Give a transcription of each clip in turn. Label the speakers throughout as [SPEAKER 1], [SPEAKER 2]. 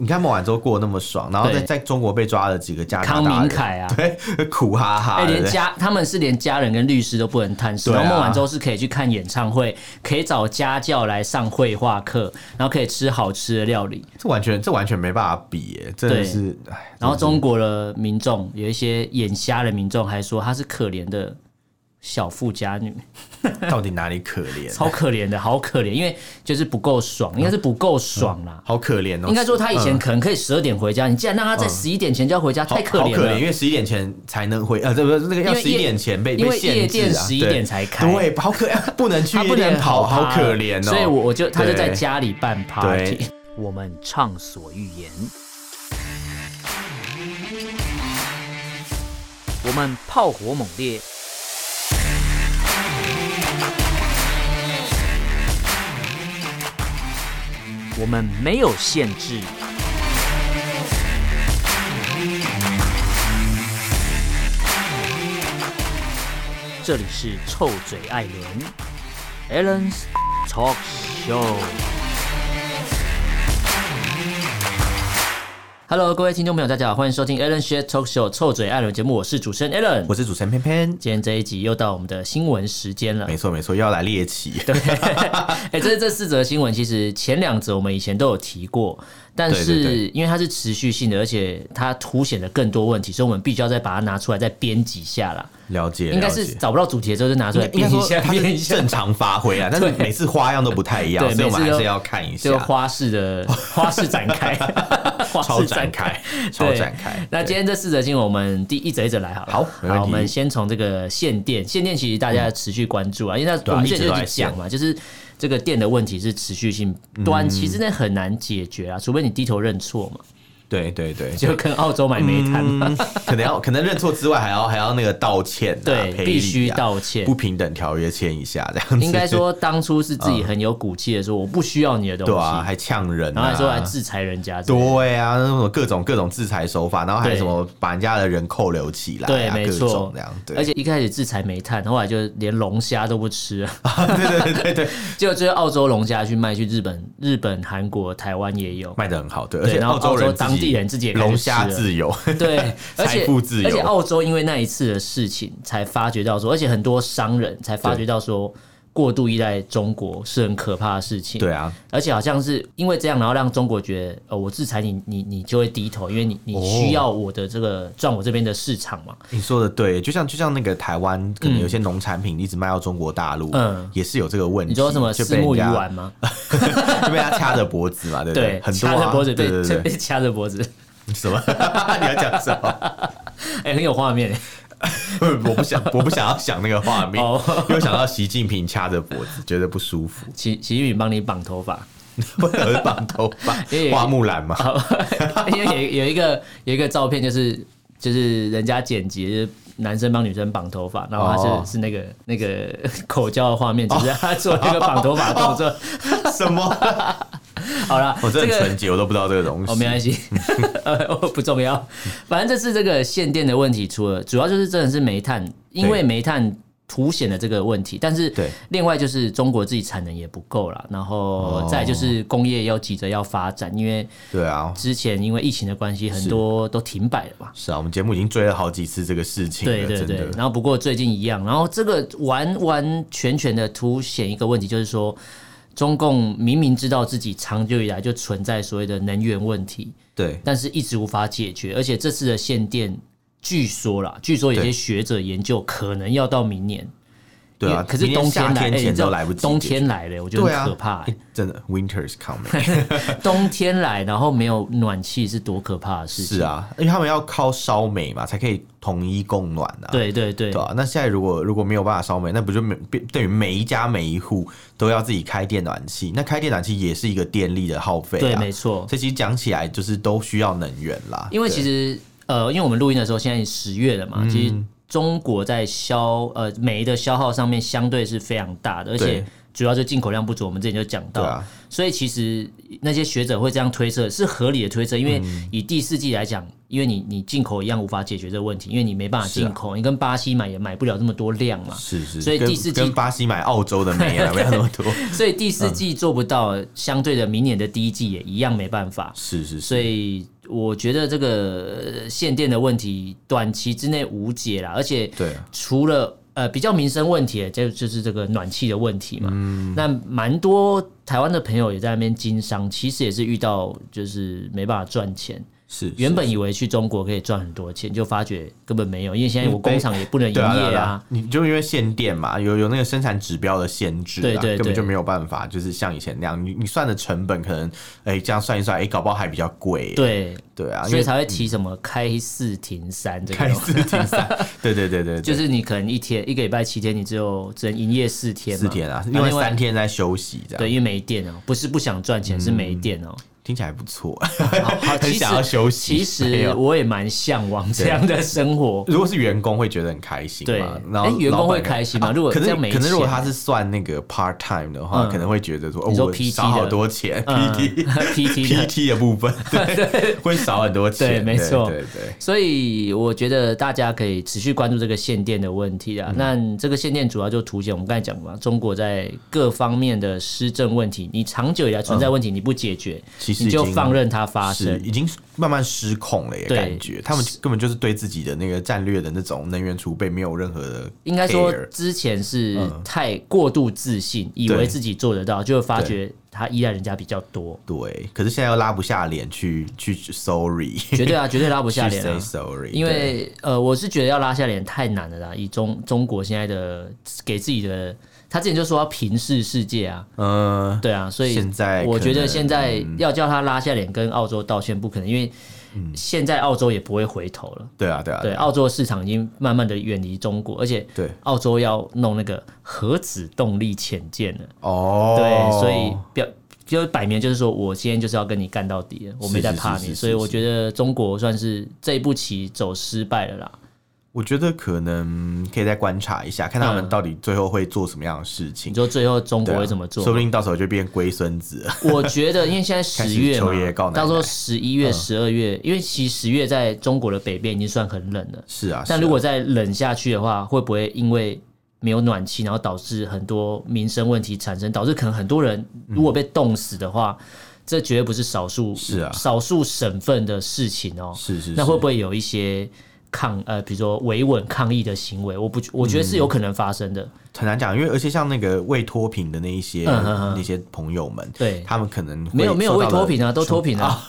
[SPEAKER 1] 你看孟晚舟过得那么爽，然后在
[SPEAKER 2] 对
[SPEAKER 1] 在中国被抓了几个加拿大
[SPEAKER 2] 康
[SPEAKER 1] 人
[SPEAKER 2] 明，凯啊，
[SPEAKER 1] 对， 苦哈哈
[SPEAKER 2] 哎、
[SPEAKER 1] 的，
[SPEAKER 2] 连家他们是连家人跟律师都不能探视，
[SPEAKER 1] 对啊
[SPEAKER 2] 然后孟晚舟是可以去看演唱会，可以找家教来上绘画课，然后可以吃好吃的料理。
[SPEAKER 1] 这完全这完全没办法比耶，真的
[SPEAKER 2] 对
[SPEAKER 1] 是，哎，
[SPEAKER 2] 然后中国的民众有一些眼瞎的民众还说她是可怜的小富家女，
[SPEAKER 1] 到底哪里可怜？
[SPEAKER 2] 超可怜的，好可怜，因为就是不够爽，应该是不够爽啦。
[SPEAKER 1] 好可怜哦！
[SPEAKER 2] 应该说她以前可能可以十二点回家，你竟然让她在十一点前就要回家，
[SPEAKER 1] 好
[SPEAKER 2] 太可
[SPEAKER 1] 嗯好
[SPEAKER 2] 怜
[SPEAKER 1] 可
[SPEAKER 2] 了
[SPEAKER 1] 怜，因。为十一点前才能回，呃，这不是那个要
[SPEAKER 2] 因为
[SPEAKER 1] 十一
[SPEAKER 2] 夜
[SPEAKER 1] 点前被
[SPEAKER 2] 因为
[SPEAKER 1] 被限
[SPEAKER 2] 夜
[SPEAKER 1] 制啊
[SPEAKER 2] 店11
[SPEAKER 1] 对
[SPEAKER 2] 点才开
[SPEAKER 1] 对，好可不能去
[SPEAKER 2] 他
[SPEAKER 1] 夜
[SPEAKER 2] 不
[SPEAKER 1] 店
[SPEAKER 2] 能
[SPEAKER 1] 跑，
[SPEAKER 2] 跑趴
[SPEAKER 1] 好可怜哦。
[SPEAKER 2] 所以我我就他就在
[SPEAKER 1] 对
[SPEAKER 2] 家里办 party，我们畅所欲言，我们炮火猛烈，我们没有限制。这里是臭嘴艾伦 Allen's Talk Show。Hello，各位听众朋友，大家好，欢迎收听 Allen s h a t Talk Show 臭嘴艾伦节目，我是主持人 Allen
[SPEAKER 1] 我。是主持人偏偏，
[SPEAKER 2] 今天这一集又到我们的新闻时间了
[SPEAKER 1] 没。错没错，又要来猎奇，
[SPEAKER 2] 哎、这这四则新闻，其实前两则我们以前都有提过，但是
[SPEAKER 1] 对对对
[SPEAKER 2] 因为它是持续性的，而且它凸显了更多问题，所以我们必须要再把它拿出来再编辑一下啦。
[SPEAKER 1] 了解
[SPEAKER 2] 应该
[SPEAKER 1] 了
[SPEAKER 2] 是
[SPEAKER 1] 解
[SPEAKER 2] 找不到主题的时候就拿出来
[SPEAKER 1] 应该
[SPEAKER 2] 编一
[SPEAKER 1] 说
[SPEAKER 2] 下，
[SPEAKER 1] 它
[SPEAKER 2] 编一
[SPEAKER 1] 是
[SPEAKER 2] 下。
[SPEAKER 1] 正常发挥啊，但是每次花样都不太一样，
[SPEAKER 2] 对
[SPEAKER 1] 所以我们
[SPEAKER 2] 每次
[SPEAKER 1] 还
[SPEAKER 2] 都
[SPEAKER 1] 是要看一下
[SPEAKER 2] 这，个花 式的花式展开，花
[SPEAKER 1] 超
[SPEAKER 2] 式
[SPEAKER 1] 展开，超
[SPEAKER 2] 对
[SPEAKER 1] 展开。
[SPEAKER 2] 那今天这四则新闻，我们第一则一则来好了。
[SPEAKER 1] 好没问题
[SPEAKER 2] 我们先从这个限电，限电其实大家持续关注啊，因为那
[SPEAKER 1] 啊
[SPEAKER 2] 我们之
[SPEAKER 1] 一直
[SPEAKER 2] 前
[SPEAKER 1] 都
[SPEAKER 2] 就
[SPEAKER 1] 在嗯
[SPEAKER 2] 是讲嘛，就是这个电的问题是持续性端，其实那很难解决啊，除非你低头认错嘛，
[SPEAKER 1] 对对对 对，嗯
[SPEAKER 2] 就跟澳洲买煤炭嘛，
[SPEAKER 1] 可能要可能认错之外，还要还要那个道歉、啊，
[SPEAKER 2] 对
[SPEAKER 1] 赔礼啊
[SPEAKER 2] 必须道歉
[SPEAKER 1] 不平等条约签一下这样子。
[SPEAKER 2] 应该说当初是自己很有骨气的说我不需要你的东西，
[SPEAKER 1] 嗯对啊，还呛人、啊，
[SPEAKER 2] 然后还说来制裁人家之类的，
[SPEAKER 1] 对啊，那种各种各种制裁手法，然后还有
[SPEAKER 2] 对
[SPEAKER 1] 什么把人家的人扣留起来、啊，
[SPEAKER 2] 对，没
[SPEAKER 1] 各种
[SPEAKER 2] 错
[SPEAKER 1] 这样，，对，
[SPEAKER 2] 而且一开始制裁煤炭，后来就连龙虾都不吃 了，
[SPEAKER 1] 对啊对对对 对，
[SPEAKER 2] 结果最后澳洲龙虾去卖去日本、日本、韩国、台湾 也有。
[SPEAKER 1] 卖的很好，对，而且
[SPEAKER 2] 然后
[SPEAKER 1] 洲
[SPEAKER 2] 澳
[SPEAKER 1] 人
[SPEAKER 2] 洲当地人自己也开始
[SPEAKER 1] 龙虾
[SPEAKER 2] 吃了
[SPEAKER 1] 自由，
[SPEAKER 2] 对，而
[SPEAKER 1] 财
[SPEAKER 2] 且
[SPEAKER 1] 富自由
[SPEAKER 2] 而且澳洲因为那一次的事情，才发觉到说，而且很多商人才发觉到说，过度依赖中国是很可怕的事情。
[SPEAKER 1] 对，啊，
[SPEAKER 2] 而且好像是因为这样，然后让中国觉得，呃，我制裁你，你你就会低头，因为你你需要我的这个赚我这边的市场嘛。
[SPEAKER 1] 你说的对，就像就像那个台湾，可能有些农产品一直卖到中国大陆，
[SPEAKER 2] 嗯
[SPEAKER 1] 也是有这个问题。
[SPEAKER 2] 你说什么
[SPEAKER 1] 就
[SPEAKER 2] 四
[SPEAKER 1] 被人
[SPEAKER 2] 目鱼
[SPEAKER 1] 家
[SPEAKER 2] 丸吗？
[SPEAKER 1] 就被他掐着脖子嘛，对不
[SPEAKER 2] 对，
[SPEAKER 1] 很多
[SPEAKER 2] 掐着
[SPEAKER 1] 啊，
[SPEAKER 2] 脖子
[SPEAKER 1] 对
[SPEAKER 2] 被
[SPEAKER 1] 对
[SPEAKER 2] 被
[SPEAKER 1] 对，
[SPEAKER 2] 掐着脖子，
[SPEAKER 1] 什么？你要讲什么？
[SPEAKER 2] 哎，很有画面。
[SPEAKER 1] 我不想，我不想要想那个画面
[SPEAKER 2] 哦，
[SPEAKER 1] 因为想到习近平掐着脖子，觉得不舒服，
[SPEAKER 2] 习习近平帮你绑头发，
[SPEAKER 1] 我有绑头 发
[SPEAKER 2] 因为，有
[SPEAKER 1] 花木兰嘛，
[SPEAKER 2] 因为有有一个有一个照片，就是就是人家剪辑，就是男生帮女生绑头发，然后他是、
[SPEAKER 1] 哦
[SPEAKER 2] 是那个那个 口交的画面，就是他做那个绑头发的动作。
[SPEAKER 1] 什么？
[SPEAKER 2] 好啦，
[SPEAKER 1] 哦我
[SPEAKER 2] 这
[SPEAKER 1] 真的很
[SPEAKER 2] 个
[SPEAKER 1] 纯洁，我都不知道这个东
[SPEAKER 2] 哦
[SPEAKER 1] 西。
[SPEAKER 2] 没关系， 呃不重要，反正这次这个限电的问题，除了主要就是真的是煤炭，因为
[SPEAKER 1] 对
[SPEAKER 2] 煤炭。凸显了这个问题，但是
[SPEAKER 1] 对
[SPEAKER 2] 另外就是中国自己产能也不够了，然
[SPEAKER 1] 哦
[SPEAKER 2] 后再来就是工业要急着要发展，因为
[SPEAKER 1] 对啊，
[SPEAKER 2] 之前因为疫情的关系，很多都停摆了嘛。
[SPEAKER 1] 是啊，我们节目已经追了好几次这个事情
[SPEAKER 2] 对
[SPEAKER 1] 了，
[SPEAKER 2] 对
[SPEAKER 1] 真
[SPEAKER 2] 对，
[SPEAKER 1] 的。
[SPEAKER 2] 然后不过最近一样，然后这个完完全全的凸显一个问题，就是说中共明明知道自己长久以来就存在所谓的能源问题，
[SPEAKER 1] 对，
[SPEAKER 2] 但是一直无法解决，而且这次的限电，据说啦，据说有
[SPEAKER 1] 对
[SPEAKER 2] 些学者研究可能要到明年，
[SPEAKER 1] 对
[SPEAKER 2] 因
[SPEAKER 1] 啊
[SPEAKER 2] 为，可是
[SPEAKER 1] 明年
[SPEAKER 2] 冬
[SPEAKER 1] 夏
[SPEAKER 2] 天来，
[SPEAKER 1] 天
[SPEAKER 2] 哎你
[SPEAKER 1] 前
[SPEAKER 2] 知道
[SPEAKER 1] 都来不及解决，
[SPEAKER 2] 冬天来了，我觉得
[SPEAKER 1] 对
[SPEAKER 2] 很
[SPEAKER 1] 啊，
[SPEAKER 2] 可怕、哎
[SPEAKER 1] 欸真的，Winter's coming。
[SPEAKER 2] 冬天来，然后没有暖气是多可怕的事情。
[SPEAKER 1] 是，啊，因为他们要靠烧煤嘛，才可以统一供暖啊。
[SPEAKER 2] 对对对
[SPEAKER 1] 对啊，那现在如果如果没有办法烧煤，那不就每变等于每一家每一户都要自己开电暖气？那开电暖气也是一个电力的耗费、啊。
[SPEAKER 2] 对，没错。
[SPEAKER 1] 这其实讲起来就是都需要能源啦。
[SPEAKER 2] 因为
[SPEAKER 1] 对
[SPEAKER 2] 其
[SPEAKER 1] 嗯
[SPEAKER 2] 实呃，因为我们录音的时候现在十月了嘛，其实中国在消呃煤的消耗上面相对是非常大的，而且
[SPEAKER 1] 对
[SPEAKER 2] 主要就进口量不足，我们之前就讲到。
[SPEAKER 1] 对啊
[SPEAKER 2] 所以其实那些学者会这样推测是合理的推测，因为
[SPEAKER 1] 嗯
[SPEAKER 2] 以第四季来讲，因为你你进口一样无法解决这个问题，因为你没办法进口，你跟巴西买也买不了这么多量嘛。
[SPEAKER 1] 啊是是，
[SPEAKER 2] 所以
[SPEAKER 1] 跟
[SPEAKER 2] 第四季
[SPEAKER 1] 跟巴西买澳洲的 煤啊，没有那么多。
[SPEAKER 2] 所以第四
[SPEAKER 1] 嗯
[SPEAKER 2] 季做不到，相对的明年的第一季也一样没办法。
[SPEAKER 1] 是是
[SPEAKER 2] 所
[SPEAKER 1] 是，
[SPEAKER 2] 以我觉得这个呃限电的问题短期之内无解啦，而且
[SPEAKER 1] 对啊
[SPEAKER 2] 除了呃比较民生问题，就就是这个暖气的问题嘛。
[SPEAKER 1] 嗯
[SPEAKER 2] 那蛮多台湾的朋友也在那边经商，其实也是遇到就是没办法赚钱。
[SPEAKER 1] 是是
[SPEAKER 2] 原本以为去中国可以赚很多钱，就发觉根本没有，因为现在我工厂也不能营
[SPEAKER 1] 对啊，对
[SPEAKER 2] 业
[SPEAKER 1] 对
[SPEAKER 2] 啊。，
[SPEAKER 1] 你就因为限电嘛，有有那个生产指标的限制、啊，
[SPEAKER 2] 对对对
[SPEAKER 1] 根本就没有办法，就是像以前那样，你你算的成本可能，哎、这样算一算，哎、搞不好还比较贵、欸，
[SPEAKER 2] 对，
[SPEAKER 1] 对啊，因
[SPEAKER 2] 所以
[SPEAKER 1] 为
[SPEAKER 2] 才会提什么开四停三这个
[SPEAKER 1] 开。四停三， 对对对对对
[SPEAKER 2] 就是你可能一天一个礼拜七天，你只有只能营业四天嘛，
[SPEAKER 1] 四天啊，
[SPEAKER 2] 那
[SPEAKER 1] 另外
[SPEAKER 2] 另外
[SPEAKER 1] 三天在休息，这样
[SPEAKER 2] 对，因为没电哦、不是不想赚钱，是
[SPEAKER 1] 嗯
[SPEAKER 2] 没电哦、
[SPEAKER 1] 听起来还不错，
[SPEAKER 2] 好好，
[SPEAKER 1] 很
[SPEAKER 2] 其实
[SPEAKER 1] 想要休息。
[SPEAKER 2] 其
[SPEAKER 1] 没
[SPEAKER 2] 实
[SPEAKER 1] 有
[SPEAKER 2] 我也蛮向往这样的生活。
[SPEAKER 1] 如果是员工会觉得很开心
[SPEAKER 2] 对
[SPEAKER 1] 嘛，然后、
[SPEAKER 2] 哎员工会
[SPEAKER 1] 老板啊
[SPEAKER 2] 开心吗如果
[SPEAKER 1] 可
[SPEAKER 2] 这
[SPEAKER 1] 能
[SPEAKER 2] 样没
[SPEAKER 1] 可能如果
[SPEAKER 2] 钱啊
[SPEAKER 1] 他是算那个 part time 的话，
[SPEAKER 2] 嗯
[SPEAKER 1] 可能会觉得说，哦
[SPEAKER 2] 你，说
[SPEAKER 1] 我
[SPEAKER 2] PT
[SPEAKER 1] 少好
[SPEAKER 2] 的
[SPEAKER 1] 多钱、
[SPEAKER 2] 嗯
[SPEAKER 1] PT
[SPEAKER 2] PT 的
[SPEAKER 1] PT 的部分， 对，会少很多钱，
[SPEAKER 2] 对没错
[SPEAKER 1] 对对
[SPEAKER 2] 所以我觉得大家可以持续关注这个限电的问题
[SPEAKER 1] 嗯
[SPEAKER 2] 啊。那这个限电主要就凸显我们刚才讲嘛，中国在各方面的施政问题，你长久以来存在问题你不解决，
[SPEAKER 1] 嗯其实已
[SPEAKER 2] 你就
[SPEAKER 1] 经
[SPEAKER 2] 放任它发
[SPEAKER 1] 对，是
[SPEAKER 2] 生。
[SPEAKER 1] 已经慢慢失控了耶，
[SPEAKER 2] 对
[SPEAKER 1] 感觉他们根本就是对自己的那个战略的那种能源储备没有任何的 care，嗯
[SPEAKER 2] 应该说之前是太过度自信，以为
[SPEAKER 1] 对
[SPEAKER 2] 自己做得到，就会发觉他依赖人家比较多。
[SPEAKER 1] 对，可是现在又拉不下脸去去 sorry，
[SPEAKER 2] 绝对啊，绝对拉不 下
[SPEAKER 1] 去
[SPEAKER 2] 脸、啊
[SPEAKER 1] say。sorry，
[SPEAKER 2] 因为呃，我是觉得要拉下脸太难了啦。以中中国现在的给自己的，他之前就说要平视世界啊，
[SPEAKER 1] 对嗯。
[SPEAKER 2] 对啊，所以
[SPEAKER 1] 现在
[SPEAKER 2] 我觉
[SPEAKER 1] 可
[SPEAKER 2] 得
[SPEAKER 1] 能嗯
[SPEAKER 2] 现在要叫他拉下脸跟澳洲道歉不可能，因为现在澳洲也不会回头了。
[SPEAKER 1] 对啊，对啊，
[SPEAKER 2] 对，澳洲市场已经慢慢的远离中国，而且
[SPEAKER 1] 对
[SPEAKER 2] 澳洲要弄那个核子动力潜舰了。
[SPEAKER 1] 哦，
[SPEAKER 2] 对，所以表就摆明就是说我今天就是要跟你干到底了，我没在怕
[SPEAKER 1] 是是是
[SPEAKER 2] 你，
[SPEAKER 1] 是
[SPEAKER 2] 所以我
[SPEAKER 1] 是
[SPEAKER 2] 觉得中国算是这一步棋走失败了啦。
[SPEAKER 1] 我觉得可能可以再观察一下，看他们到底最后会做什么样的事情
[SPEAKER 2] 你。说最后中
[SPEAKER 1] 对
[SPEAKER 2] 国
[SPEAKER 1] 啊
[SPEAKER 2] 会怎么做
[SPEAKER 1] 说？不定到时候就变龟孙子了。
[SPEAKER 2] 我觉得，因为现
[SPEAKER 1] 开
[SPEAKER 2] 在十
[SPEAKER 1] 始
[SPEAKER 2] 月
[SPEAKER 1] 求爷告嗯
[SPEAKER 2] 嘛，
[SPEAKER 1] 奶奶
[SPEAKER 2] 到时候十一月、十二月，因为其实十月在中国的北边已经算很冷了，
[SPEAKER 1] 是啊，
[SPEAKER 2] 但
[SPEAKER 1] 是啊
[SPEAKER 2] 如果再冷下去的话，会不会因为没有暖气，然后导致很多民生问题产生，导致可能很多人
[SPEAKER 1] 嗯
[SPEAKER 2] 如果被冻死的话，这绝对不是少数
[SPEAKER 1] 是啊
[SPEAKER 2] 少数省份的事情哦。
[SPEAKER 1] 是是，
[SPEAKER 2] 那会
[SPEAKER 1] 是
[SPEAKER 2] 不会有一些抗呃，比如说维稳抗议的行为？我不，我觉
[SPEAKER 1] 嗯
[SPEAKER 2] 得是有可能发生的。
[SPEAKER 1] 很难讲，因为而且像那个未脱贫的那一些
[SPEAKER 2] 嗯嗯嗯
[SPEAKER 1] 那些朋友们，
[SPEAKER 2] 对
[SPEAKER 1] 他们可能会
[SPEAKER 2] 没有没有
[SPEAKER 1] 受
[SPEAKER 2] 未
[SPEAKER 1] 到
[SPEAKER 2] 脱
[SPEAKER 1] 了
[SPEAKER 2] 贫啊，都脱贫啊，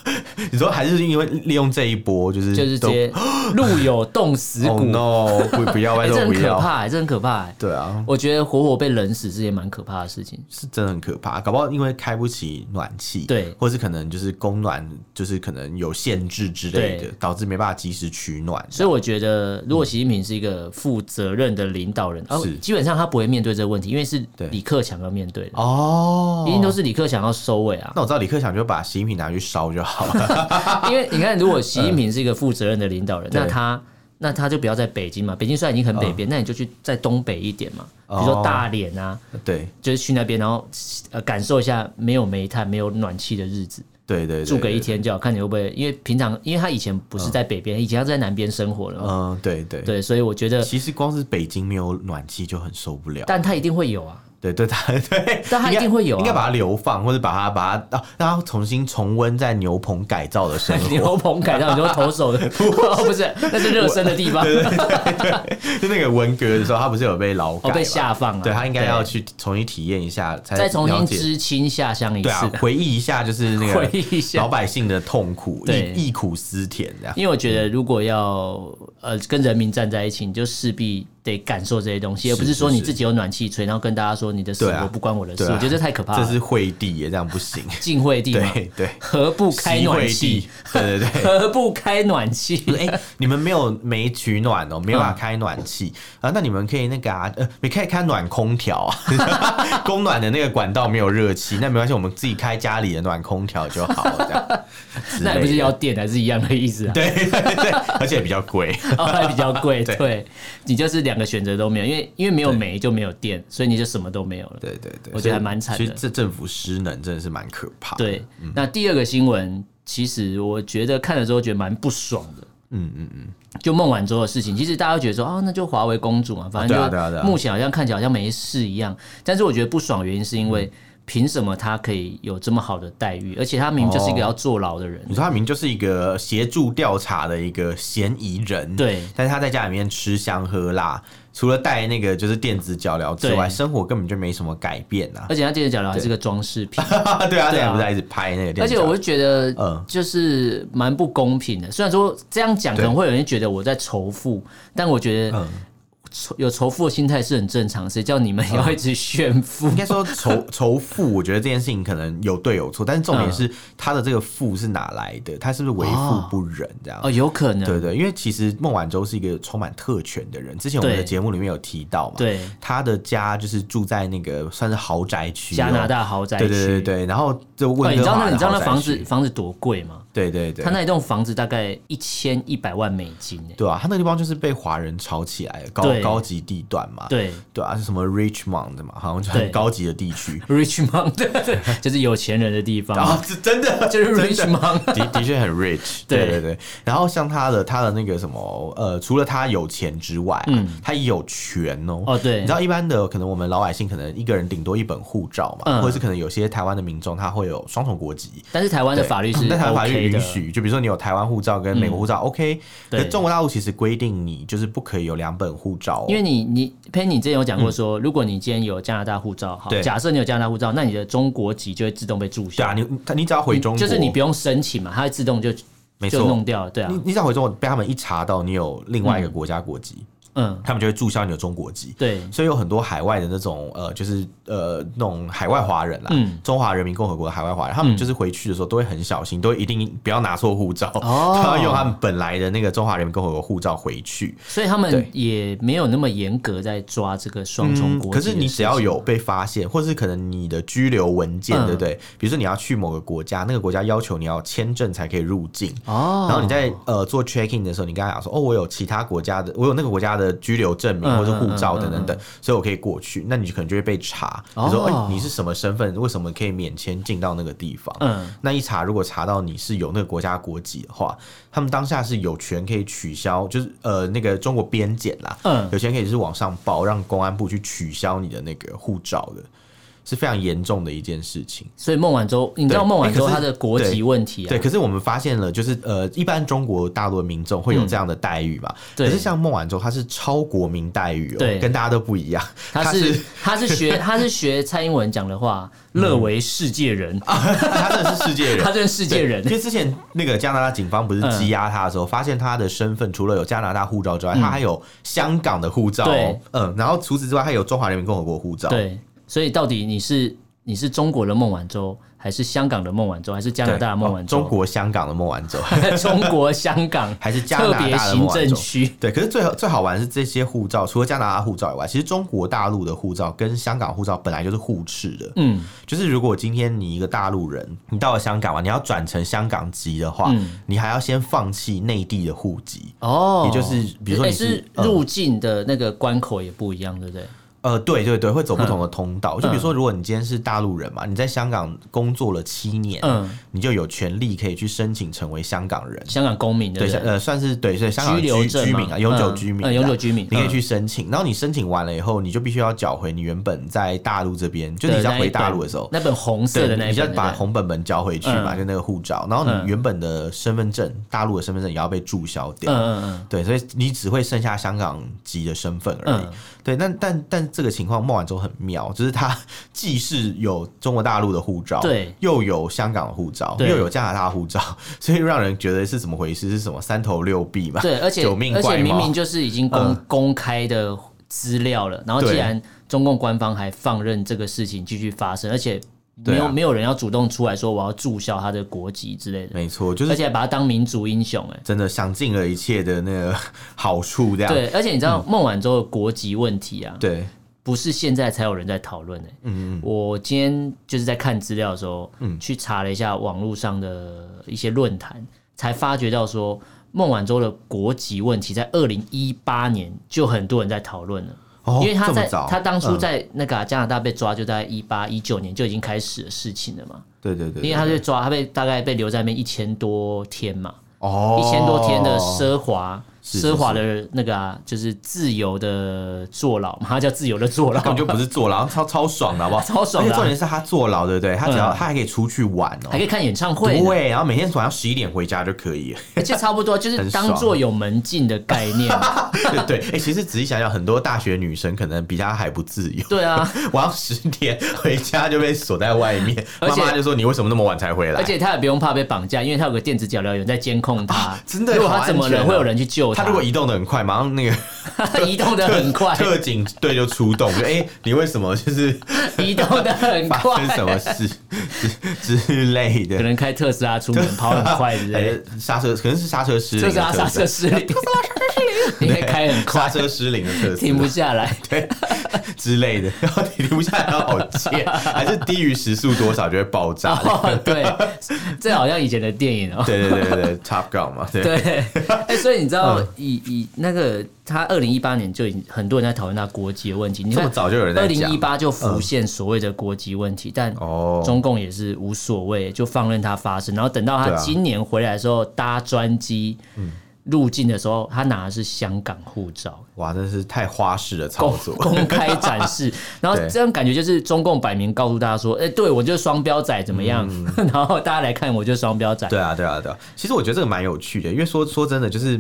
[SPEAKER 1] 你说还是因为利用这一波，就是
[SPEAKER 2] 就是直
[SPEAKER 1] 嗯都
[SPEAKER 2] 接路有冻死
[SPEAKER 1] Oh
[SPEAKER 2] 骨，
[SPEAKER 1] no，不不要，
[SPEAKER 2] 哎
[SPEAKER 1] 拜
[SPEAKER 2] 这
[SPEAKER 1] 托不
[SPEAKER 2] 很可
[SPEAKER 1] 要。
[SPEAKER 2] 怕、哎这很可怕、哎
[SPEAKER 1] 对啊，
[SPEAKER 2] 我觉得活活被冷死是件蛮可怕的事情。
[SPEAKER 1] 是啊真的很可怕，搞不好因为开不起暖气，
[SPEAKER 2] 对
[SPEAKER 1] 或是可能就是供暖就是可能有限制之类的
[SPEAKER 2] 对，
[SPEAKER 1] 导致没办法及时取暖。
[SPEAKER 2] 所以我觉得，如果习近平是一个负责任的领导人，哦
[SPEAKER 1] 是，
[SPEAKER 2] 基本上他不会面对这个问题，因为是
[SPEAKER 1] 对
[SPEAKER 2] 李克强要面对的，
[SPEAKER 1] 哦
[SPEAKER 2] 一定都是李克强要收尾 啊。
[SPEAKER 1] 那我知道李克强就把习近平拿去烧就好 了。
[SPEAKER 2] 因为你看，如果习近平是一个负责任的领导
[SPEAKER 1] 嗯
[SPEAKER 2] 人，
[SPEAKER 1] 对嗯
[SPEAKER 2] 那他那他就不要在北京嘛，北京虽然已经很北边，那你就去在东北一点嘛，比如说
[SPEAKER 1] 哦
[SPEAKER 2] 大连啊，
[SPEAKER 1] 对
[SPEAKER 2] 就是去那边，然后呃感受一下没有煤炭、没有暖气的日子，
[SPEAKER 1] 对对对，
[SPEAKER 2] 住个
[SPEAKER 1] 对
[SPEAKER 2] 一。天就好，看你会不会，因为平常因为他以前不是在北边，以前他是在南边生活了嘛，
[SPEAKER 1] 嗯，对对。
[SPEAKER 2] 对，所以我 觉得，
[SPEAKER 1] 其实光是北京没有暖气就很受不了。
[SPEAKER 2] 但他一定会有啊。
[SPEAKER 1] 对对，他 对，
[SPEAKER 2] 但它一
[SPEAKER 1] 应该
[SPEAKER 2] 定会有啊
[SPEAKER 1] 应该把它流放，或者把它把它啊，让它重新重温在牛棚改造的生活。
[SPEAKER 2] 牛棚改造， 你说投手 的哦， 不是，那是热身的地方，
[SPEAKER 1] 就那个文革的时候，他不是有被劳改
[SPEAKER 2] 哦，
[SPEAKER 1] 吗？
[SPEAKER 2] 被下放了。
[SPEAKER 1] 对他应该要去重新体验一下，才
[SPEAKER 2] 再重
[SPEAKER 1] 了
[SPEAKER 2] 新
[SPEAKER 1] 解
[SPEAKER 2] 知青下乡一
[SPEAKER 1] 对啊
[SPEAKER 2] 次，，
[SPEAKER 1] 回忆一下就是那
[SPEAKER 2] 回
[SPEAKER 1] 个
[SPEAKER 2] 忆一下
[SPEAKER 1] 老百姓的痛苦，
[SPEAKER 2] 对
[SPEAKER 1] 忆忆苦思甜这样。
[SPEAKER 2] 因为我觉得如果要呃跟人民站在一起，你就势必得感受这些东西，而不是说
[SPEAKER 1] 是
[SPEAKER 2] 你
[SPEAKER 1] 是
[SPEAKER 2] 自己有暖气吹，然后跟大家说你的死
[SPEAKER 1] 对啊
[SPEAKER 2] 活不关我的事，
[SPEAKER 1] 对啊
[SPEAKER 2] 我觉得这太可怕
[SPEAKER 1] 这
[SPEAKER 2] 了。
[SPEAKER 1] 是惠帝耶，这样不行。
[SPEAKER 2] 晋惠帝嘛，
[SPEAKER 1] 对对，
[SPEAKER 2] 何不开暖气
[SPEAKER 1] 习？惠帝，对对对。
[SPEAKER 2] 何不开暖气？
[SPEAKER 1] 就是哎、你们没有没取暖哦，没有办
[SPEAKER 2] 嗯
[SPEAKER 1] 法开暖气、啊，那你们可以那个啊，呃，你可以开暖空调啊， 供暖的那个管道没有热气，那没关系，我们自己开家里的暖空调就好，这样之类的。
[SPEAKER 2] 那也不是要 电，还是一样的意思啊？
[SPEAKER 1] 对对对，而且比较贵。
[SPEAKER 2] 哦，还比较 贵，
[SPEAKER 1] 对
[SPEAKER 2] 对，你就是两两个选择都没有，因为因为没有煤就没有电，所以你就什么都没有了。
[SPEAKER 1] 对对对，
[SPEAKER 2] 我觉得
[SPEAKER 1] 所以
[SPEAKER 2] 还蛮惨
[SPEAKER 1] 其实
[SPEAKER 2] 的
[SPEAKER 1] 这政府失能真的是蛮可怕。
[SPEAKER 2] 对，，那第二个新闻，其实我觉得看了之后觉得蛮不爽的。
[SPEAKER 1] 嗯嗯嗯，
[SPEAKER 2] 就孟晚舟的事情，其实大家都觉得说啊，那就华为公主嘛，反
[SPEAKER 1] 啊
[SPEAKER 2] 正
[SPEAKER 1] 对啊对啊对
[SPEAKER 2] 就
[SPEAKER 1] 啊
[SPEAKER 2] 目前好像看起来好像没事一样。但是我觉得不爽的原因是因
[SPEAKER 1] 嗯
[SPEAKER 2] 为，凭什么她可以有这么好的待遇？而且她明
[SPEAKER 1] 哦
[SPEAKER 2] 明就是一个要坐牢的人。
[SPEAKER 1] 你说他明明就是一个协助调查的一个嫌疑人，
[SPEAKER 2] 对
[SPEAKER 1] 但是他在家里面吃香喝辣，除了带那个就是电子脚镣之外，
[SPEAKER 2] 对
[SPEAKER 1] 生活根本就没什么改变啊呐、
[SPEAKER 2] 而且她接着讲了，还是个装饰品。
[SPEAKER 1] 啊。对啊， 对
[SPEAKER 2] 对啊
[SPEAKER 1] 啊，不是还一直拍那个电
[SPEAKER 2] 而
[SPEAKER 1] 子
[SPEAKER 2] 且
[SPEAKER 1] 脚镣，
[SPEAKER 2] 我就觉得
[SPEAKER 1] 嗯，
[SPEAKER 2] 就是蛮不公平的。虽然说这样讲可能
[SPEAKER 1] 对
[SPEAKER 2] 会有人觉得我在仇富，但我觉得
[SPEAKER 1] 嗯
[SPEAKER 2] 仇有仇富的心态是很正常，谁叫你们要一直炫 富
[SPEAKER 1] 嗯应？该说仇 仇富，我觉得这件事情可能有对有错，但是重
[SPEAKER 2] 嗯
[SPEAKER 1] 点是他的这个富是哪来的？他是不是为富不仁这样？
[SPEAKER 2] 哦，有可能，
[SPEAKER 1] 对对，因为其实孟晚舟是一个充满特权的人，之前我们的
[SPEAKER 2] 对
[SPEAKER 1] 节目里面有提到嘛，
[SPEAKER 2] 对，
[SPEAKER 1] 他的家就是住在那个算是豪宅区哦，
[SPEAKER 2] 加拿大豪宅
[SPEAKER 1] 对
[SPEAKER 2] 区，
[SPEAKER 1] 对对对，然后就
[SPEAKER 2] 哇
[SPEAKER 1] 温
[SPEAKER 2] 你知
[SPEAKER 1] 哥
[SPEAKER 2] 道那
[SPEAKER 1] 华
[SPEAKER 2] 个
[SPEAKER 1] 的
[SPEAKER 2] 你知道
[SPEAKER 1] 豪
[SPEAKER 2] 那
[SPEAKER 1] 宅
[SPEAKER 2] 房子
[SPEAKER 1] 区
[SPEAKER 2] 房子多贵吗？
[SPEAKER 1] 对对对
[SPEAKER 2] 他，那一栋房子大概一千一百万美金诶。
[SPEAKER 1] 对啊，他那地方就是被华人炒起来的高
[SPEAKER 2] 对
[SPEAKER 1] 高级地段嘛，
[SPEAKER 2] 对
[SPEAKER 1] 对啊，是什么 Richmond 嘛，好像就
[SPEAKER 2] 对
[SPEAKER 1] 很高级的地 区。
[SPEAKER 2] ，Richmond 就是有钱人的地
[SPEAKER 1] 啊
[SPEAKER 2] 方，，
[SPEAKER 1] 这真的
[SPEAKER 2] 哦就是
[SPEAKER 1] 真的
[SPEAKER 2] Richmond。
[SPEAKER 1] 的的确很 rich，
[SPEAKER 2] 对
[SPEAKER 1] 对对对。然后像他的他的那个什么呃，除了他有钱之外、啊，他也有权哦。
[SPEAKER 2] 嗯哦对
[SPEAKER 1] 你知道一般的可能我们老百姓可能一个人顶多一本护照嘛，
[SPEAKER 2] 嗯
[SPEAKER 1] 或者是可能有些台湾的民众他会有双重国籍。
[SPEAKER 2] 但是台湾的
[SPEAKER 1] 对嗯
[SPEAKER 2] 法律是
[SPEAKER 1] 但台湾法律
[SPEAKER 2] OK 的嗯
[SPEAKER 1] 允，许，就比如说你有台湾护照跟美国护照、o k
[SPEAKER 2] 对
[SPEAKER 1] 可是中国大陆其实规定你就是不可以有两本护照、哦，
[SPEAKER 2] 因为你你佩妮之前有讲过说，如果你今天有加拿大护照，好，
[SPEAKER 1] 嗯对
[SPEAKER 2] 假设你有加拿大护照，那你的中国籍就会自动被注
[SPEAKER 1] 对
[SPEAKER 2] 销
[SPEAKER 1] 啊，，你他你只要回中国，
[SPEAKER 2] 就是你不用申请嘛，它会自动就
[SPEAKER 1] 没
[SPEAKER 2] 就
[SPEAKER 1] 错
[SPEAKER 2] 弄，掉了，对啊
[SPEAKER 1] 你，你只要回中国被他们一查到你有另外一个国家国籍，
[SPEAKER 2] 嗯，
[SPEAKER 1] 他们就会注销你的中国籍。
[SPEAKER 2] 对，
[SPEAKER 1] 所以有很多海外的那种呃，就是呃那种海外华人啦，
[SPEAKER 2] 嗯
[SPEAKER 1] 中华人民共和国的海外华人，他们就是回去的时候都会很小心，都会一定不要拿错护照，
[SPEAKER 2] 哦
[SPEAKER 1] 他要用他们本来的那个中华人民共和国护照回去。
[SPEAKER 2] 所以他们
[SPEAKER 1] 对嗯
[SPEAKER 2] 也没有那么严格在抓这个双重国籍的
[SPEAKER 1] 可
[SPEAKER 2] 事情、
[SPEAKER 1] 是你只要有被发现，或是可能你的居留文件，
[SPEAKER 2] 嗯
[SPEAKER 1] 对不对？比如说你要去某个国家，那个国家要求你要签证才可以入境。
[SPEAKER 2] 哦，
[SPEAKER 1] 然后你在呃做 check in 的时候，你跟他讲说，哦，我有其他国家的，我有那个国家的居留证明
[SPEAKER 2] 嗯
[SPEAKER 1] 或者护照
[SPEAKER 2] 嗯嗯
[SPEAKER 1] 等等等，所以我可以过去。那你可能就会被查，
[SPEAKER 2] 哦
[SPEAKER 1] 你说，哎、你是什么身份？为什么可以免签进到那个地方？
[SPEAKER 2] 嗯
[SPEAKER 1] 那一查，如果查到你是有那个国家国籍的话，他们当下是有权可以取消，就是呃那个中国边检啦，
[SPEAKER 2] 嗯
[SPEAKER 1] 有权可以是往上报，让公安部去取消你的那个护照的，是非常严重的一件事情。
[SPEAKER 2] 所以孟晚舟，你知道
[SPEAKER 1] 对
[SPEAKER 2] 孟晚
[SPEAKER 1] 欸
[SPEAKER 2] 舟
[SPEAKER 1] 可是
[SPEAKER 2] 她的国籍问题啊，
[SPEAKER 1] 对，可是我们发现了，就是呃，一般中国大陆的民众会有这样的待遇嘛？
[SPEAKER 2] 嗯对
[SPEAKER 1] 可是像孟晚舟，她是超国民待遇哦、
[SPEAKER 2] 对
[SPEAKER 1] 跟大家都不一样。
[SPEAKER 2] 她是她是学她是学蔡英文讲的话，
[SPEAKER 1] 嗯
[SPEAKER 2] 乐为世界人，
[SPEAKER 1] 她真的是世界人
[SPEAKER 2] 她。真是世界人
[SPEAKER 1] 对因。为之前那个加拿大警方不是羁押他的时候，发现他的身份除了有加拿大护照之外，他还有香港的护照、哦
[SPEAKER 2] 嗯对，
[SPEAKER 1] 嗯，然后除此之外，还有中华人民共和国护照，
[SPEAKER 2] 对，所以到底你是你是中国的孟晚舟，还是香港的孟晚舟，还是加
[SPEAKER 1] 对，
[SPEAKER 2] 拿大的孟晚
[SPEAKER 1] 哦
[SPEAKER 2] 舟？
[SPEAKER 1] 中国香港的孟晚舟，
[SPEAKER 2] 中国香港
[SPEAKER 1] 还是 加拿
[SPEAKER 2] 特
[SPEAKER 1] 大
[SPEAKER 2] 别
[SPEAKER 1] 的
[SPEAKER 2] 行
[SPEAKER 1] 孟晚
[SPEAKER 2] 政
[SPEAKER 1] 舟？
[SPEAKER 2] 区。
[SPEAKER 1] 对，可是最好最好玩的是这些护照，除了加拿大护照以外，其实中国大陆的护照跟香港护照本来就是互斥的。
[SPEAKER 2] 嗯，
[SPEAKER 1] 就是如果今天你一个大陆人，你到了香港嘛，你要转成香港籍的话，
[SPEAKER 2] 嗯
[SPEAKER 1] 你还要先放弃内地的户籍。
[SPEAKER 2] 哦，
[SPEAKER 1] 也就是比如说
[SPEAKER 2] 诶
[SPEAKER 1] 你
[SPEAKER 2] 是,、
[SPEAKER 1] 是嗯
[SPEAKER 2] 入境的那个关口也不一样，对不对？
[SPEAKER 1] 呃，对对对，会走
[SPEAKER 2] 嗯
[SPEAKER 1] 不同的通道。就比如说，如果你今天是大陆人嘛，你在香港工作了七年，
[SPEAKER 2] 嗯，
[SPEAKER 1] 你就有权利可以去申请成为香港人。
[SPEAKER 2] 香港公民对
[SPEAKER 1] 对，
[SPEAKER 2] 不
[SPEAKER 1] 像
[SPEAKER 2] 对？
[SPEAKER 1] 呃，算是对，所以香港
[SPEAKER 2] 居留
[SPEAKER 1] 居
[SPEAKER 2] 证
[SPEAKER 1] 居
[SPEAKER 2] 嘛
[SPEAKER 1] 民啊，永久
[SPEAKER 2] 嗯
[SPEAKER 1] 居民
[SPEAKER 2] 嗯
[SPEAKER 1] 啊，
[SPEAKER 2] 永久居民
[SPEAKER 1] 你可
[SPEAKER 2] 嗯
[SPEAKER 1] 以去申请。然后你申请完了以后，你就必须要缴回你原本在大陆这边，就
[SPEAKER 2] 对
[SPEAKER 1] 你要
[SPEAKER 2] 那一
[SPEAKER 1] 回大
[SPEAKER 2] 本
[SPEAKER 1] 陆的时候，
[SPEAKER 2] 那本红色
[SPEAKER 1] 对，
[SPEAKER 2] 的那一
[SPEAKER 1] 你就
[SPEAKER 2] 本，
[SPEAKER 1] 要把
[SPEAKER 2] 对不对
[SPEAKER 1] 红本本交回去嘛，
[SPEAKER 2] 嗯
[SPEAKER 1] 就那个护照。然后
[SPEAKER 2] 嗯
[SPEAKER 1] 你原本的身份证，大陆的身份证也要被注销掉。
[SPEAKER 2] 嗯嗯嗯，
[SPEAKER 1] 对，所以你只会剩下香港籍的身份而已。
[SPEAKER 2] 嗯
[SPEAKER 1] 对，但但但这个情况孟晚舟很妙，就是他 既是有中国大陆的护照，
[SPEAKER 2] 对，
[SPEAKER 1] 又有香港的护照，
[SPEAKER 2] 对
[SPEAKER 1] 又有加拿大护照， 所以让人觉得是怎么回事？是什么三头六臂 嘛？
[SPEAKER 2] 对，而且
[SPEAKER 1] 九命
[SPEAKER 2] 而且
[SPEAKER 1] 怪
[SPEAKER 2] 明
[SPEAKER 1] 猫
[SPEAKER 2] 明就是已经公、
[SPEAKER 1] 嗯
[SPEAKER 2] 公开的资料了，然后既
[SPEAKER 1] 对
[SPEAKER 2] 然中共官方还放任这个事情继续发生，而且没
[SPEAKER 1] 对
[SPEAKER 2] 有、
[SPEAKER 1] 啊
[SPEAKER 2] 没有人要主动出来说我要注销他的国籍之类的，
[SPEAKER 1] 没错，就
[SPEAKER 2] 而
[SPEAKER 1] 是
[SPEAKER 2] 且还把他当民族英雄、哎。
[SPEAKER 1] 真的享尽了一切的那个好处，这样嗯
[SPEAKER 2] 对，而且你知道孟晚舟的国籍问题啊，
[SPEAKER 1] 对
[SPEAKER 2] 不是现在才有人在讨论诶。嗯我今天就是在看资料的
[SPEAKER 1] 嗯
[SPEAKER 2] 时候，去查了一下网络上的一些论坛，才发觉到说孟晚舟的国籍问题，在二零一八年就很多人在讨论了。
[SPEAKER 1] 哦，
[SPEAKER 2] 因为他
[SPEAKER 1] 这么
[SPEAKER 2] 在
[SPEAKER 1] 早，
[SPEAKER 2] 他当初
[SPEAKER 1] 嗯
[SPEAKER 2] 在那个啊、加拿大被抓，就在一八一九年就已经开始的事情了嘛。
[SPEAKER 1] 对对对，
[SPEAKER 2] 因为他被抓，他被大概被留在那边一千多天嘛，
[SPEAKER 1] 哦
[SPEAKER 2] 一千多天的 奢华。
[SPEAKER 1] 是是
[SPEAKER 2] 奢华的那个啊，就是自由的坐牢嘛，他叫自由的坐牢，
[SPEAKER 1] 根本就不是坐牢， 超超爽的好不好？
[SPEAKER 2] 超爽
[SPEAKER 1] 而且
[SPEAKER 2] 的啊
[SPEAKER 1] 重点是他坐牢，对不对？他只要
[SPEAKER 2] 嗯
[SPEAKER 1] 他还可以出去玩哦
[SPEAKER 2] 还可，以看演唱会呢，
[SPEAKER 1] 对，然啊后每天晚上十一点回家就可以了。
[SPEAKER 2] 而且差不多 就
[SPEAKER 1] 很
[SPEAKER 2] 是
[SPEAKER 1] 爽
[SPEAKER 2] 当做有门禁的概 念。
[SPEAKER 1] 对对，哎，其实仔细想想，很多大学女生可能比他还不自由。
[SPEAKER 2] 对啊，
[SPEAKER 1] 晚上十点回家就被锁在外面，
[SPEAKER 2] 而
[SPEAKER 1] 妈
[SPEAKER 2] 且
[SPEAKER 1] 妈就说你为什么那么晚才回来？
[SPEAKER 2] 而且他也不用怕被绑架，因为他有个电子脚镣有人在监控他。
[SPEAKER 1] 真的
[SPEAKER 2] 如果
[SPEAKER 1] 好
[SPEAKER 2] 他
[SPEAKER 1] 安
[SPEAKER 2] 怎么
[SPEAKER 1] 全
[SPEAKER 2] 了，
[SPEAKER 1] 哦
[SPEAKER 2] 会有人去救
[SPEAKER 1] 他如 果移动的很快，马上那个
[SPEAKER 2] 他移动的 很快，
[SPEAKER 1] 特警队 就出动，就哎、诶你为什么就是
[SPEAKER 2] 移动的很
[SPEAKER 1] 发生什
[SPEAKER 2] 快，
[SPEAKER 1] 么事之之类的
[SPEAKER 2] 可？能开特斯拉出门跑很快之类的。
[SPEAKER 1] 呃刹车可能是刹车失灵
[SPEAKER 2] 特
[SPEAKER 1] 的
[SPEAKER 2] 斯拉
[SPEAKER 1] 特色，
[SPEAKER 2] 刹车失灵， 应该开很
[SPEAKER 1] 刹
[SPEAKER 2] 快，
[SPEAKER 1] 车失灵的特色
[SPEAKER 2] 停不下来。
[SPEAKER 1] 对之类的，然后停不下来，好贱，还是低于时速多少就会爆炸。
[SPEAKER 2] 哦，对，这好像以前的电影哦。
[SPEAKER 1] 对对对对对，Top Gun 嘛，对嗯
[SPEAKER 2] 对， 哎、所以你知道，以以那个他二零一八年就已经很多人在讨论他国籍的问题，你
[SPEAKER 1] 这
[SPEAKER 2] 看
[SPEAKER 1] 么早就有人
[SPEAKER 2] 二
[SPEAKER 1] 在
[SPEAKER 2] 零
[SPEAKER 1] 讲
[SPEAKER 2] 一八就浮现所谓的国籍问题，但
[SPEAKER 1] 哦
[SPEAKER 2] 中共也是无所谓，就放任它发生。然后等到他
[SPEAKER 1] 对啊
[SPEAKER 2] 今年回来的时候，搭专机入境的时候，他拿的是香港护照，
[SPEAKER 1] 哇，真是太花式的操
[SPEAKER 2] 公。
[SPEAKER 1] 作
[SPEAKER 2] 公开展示。然后
[SPEAKER 1] 对
[SPEAKER 2] 这样感觉就是中共摆明告诉大家说，哎、对我就是双标仔，怎么样？然后大家来看，我就是双标仔。
[SPEAKER 1] 对啊，对啊，对啊。其实我觉得这个蛮有趣的，因为说说真的，就是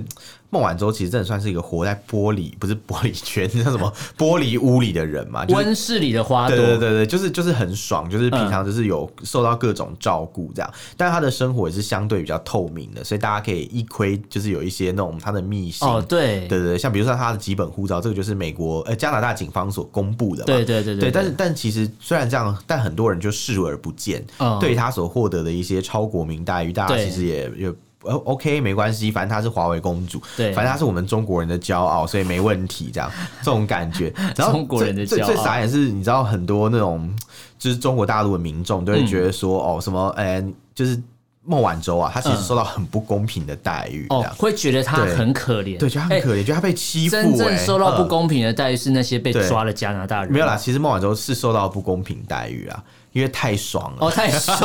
[SPEAKER 1] 孟晚舟其实真的算是一个活在玻璃，不是玻璃圈，那叫什么玻璃屋里的人嘛，就是
[SPEAKER 2] 温室里的花朵，
[SPEAKER 1] 啊对对对对，就是就是很爽，就是
[SPEAKER 2] 嗯
[SPEAKER 1] 平常就是有受到各种照顾这样，但他的生活也是相对比较透明的，所以大家可以一窥，就是有一些那种他的秘辛。
[SPEAKER 2] 哦，对
[SPEAKER 1] 对对对，像比如说他的基本护照，这个就是美国呃加拿大警方所公布的嘛。
[SPEAKER 2] 对对对
[SPEAKER 1] 对，但是但其实虽然这样，但很多人就视而不见，
[SPEAKER 2] 嗯
[SPEAKER 1] 对他所获得的一些超国民待遇，大家
[SPEAKER 2] 对
[SPEAKER 1] 其实也也。呃，OK，没关系，反正她是华为公主，
[SPEAKER 2] 对
[SPEAKER 1] 反正她是我们中国人的骄傲，所以没问题， 这样这种感觉。然后
[SPEAKER 2] 中国
[SPEAKER 1] 最
[SPEAKER 2] 人的
[SPEAKER 1] 最
[SPEAKER 2] 骄
[SPEAKER 1] 最
[SPEAKER 2] 傲
[SPEAKER 1] 傻也是，你知道很多那种就是中国大陆的民众都会觉得说，哦，什么，呃，就是孟晚舟啊，她其实
[SPEAKER 2] 嗯
[SPEAKER 1] 受到很不公平的待遇，这
[SPEAKER 2] 哦
[SPEAKER 1] 样，，
[SPEAKER 2] 会觉得他
[SPEAKER 1] 对
[SPEAKER 2] 很可怜，
[SPEAKER 1] 对，觉得她很
[SPEAKER 2] 哎
[SPEAKER 1] 可怜，觉得她被欺负、欸，
[SPEAKER 2] 真正受
[SPEAKER 1] 嗯
[SPEAKER 2] 到不公平的待遇是那些被
[SPEAKER 1] 对
[SPEAKER 2] 抓的加拿大人，
[SPEAKER 1] 没有啦，其实孟晚舟是受到不公平待遇啊，因为太爽了，
[SPEAKER 2] 哦，太爽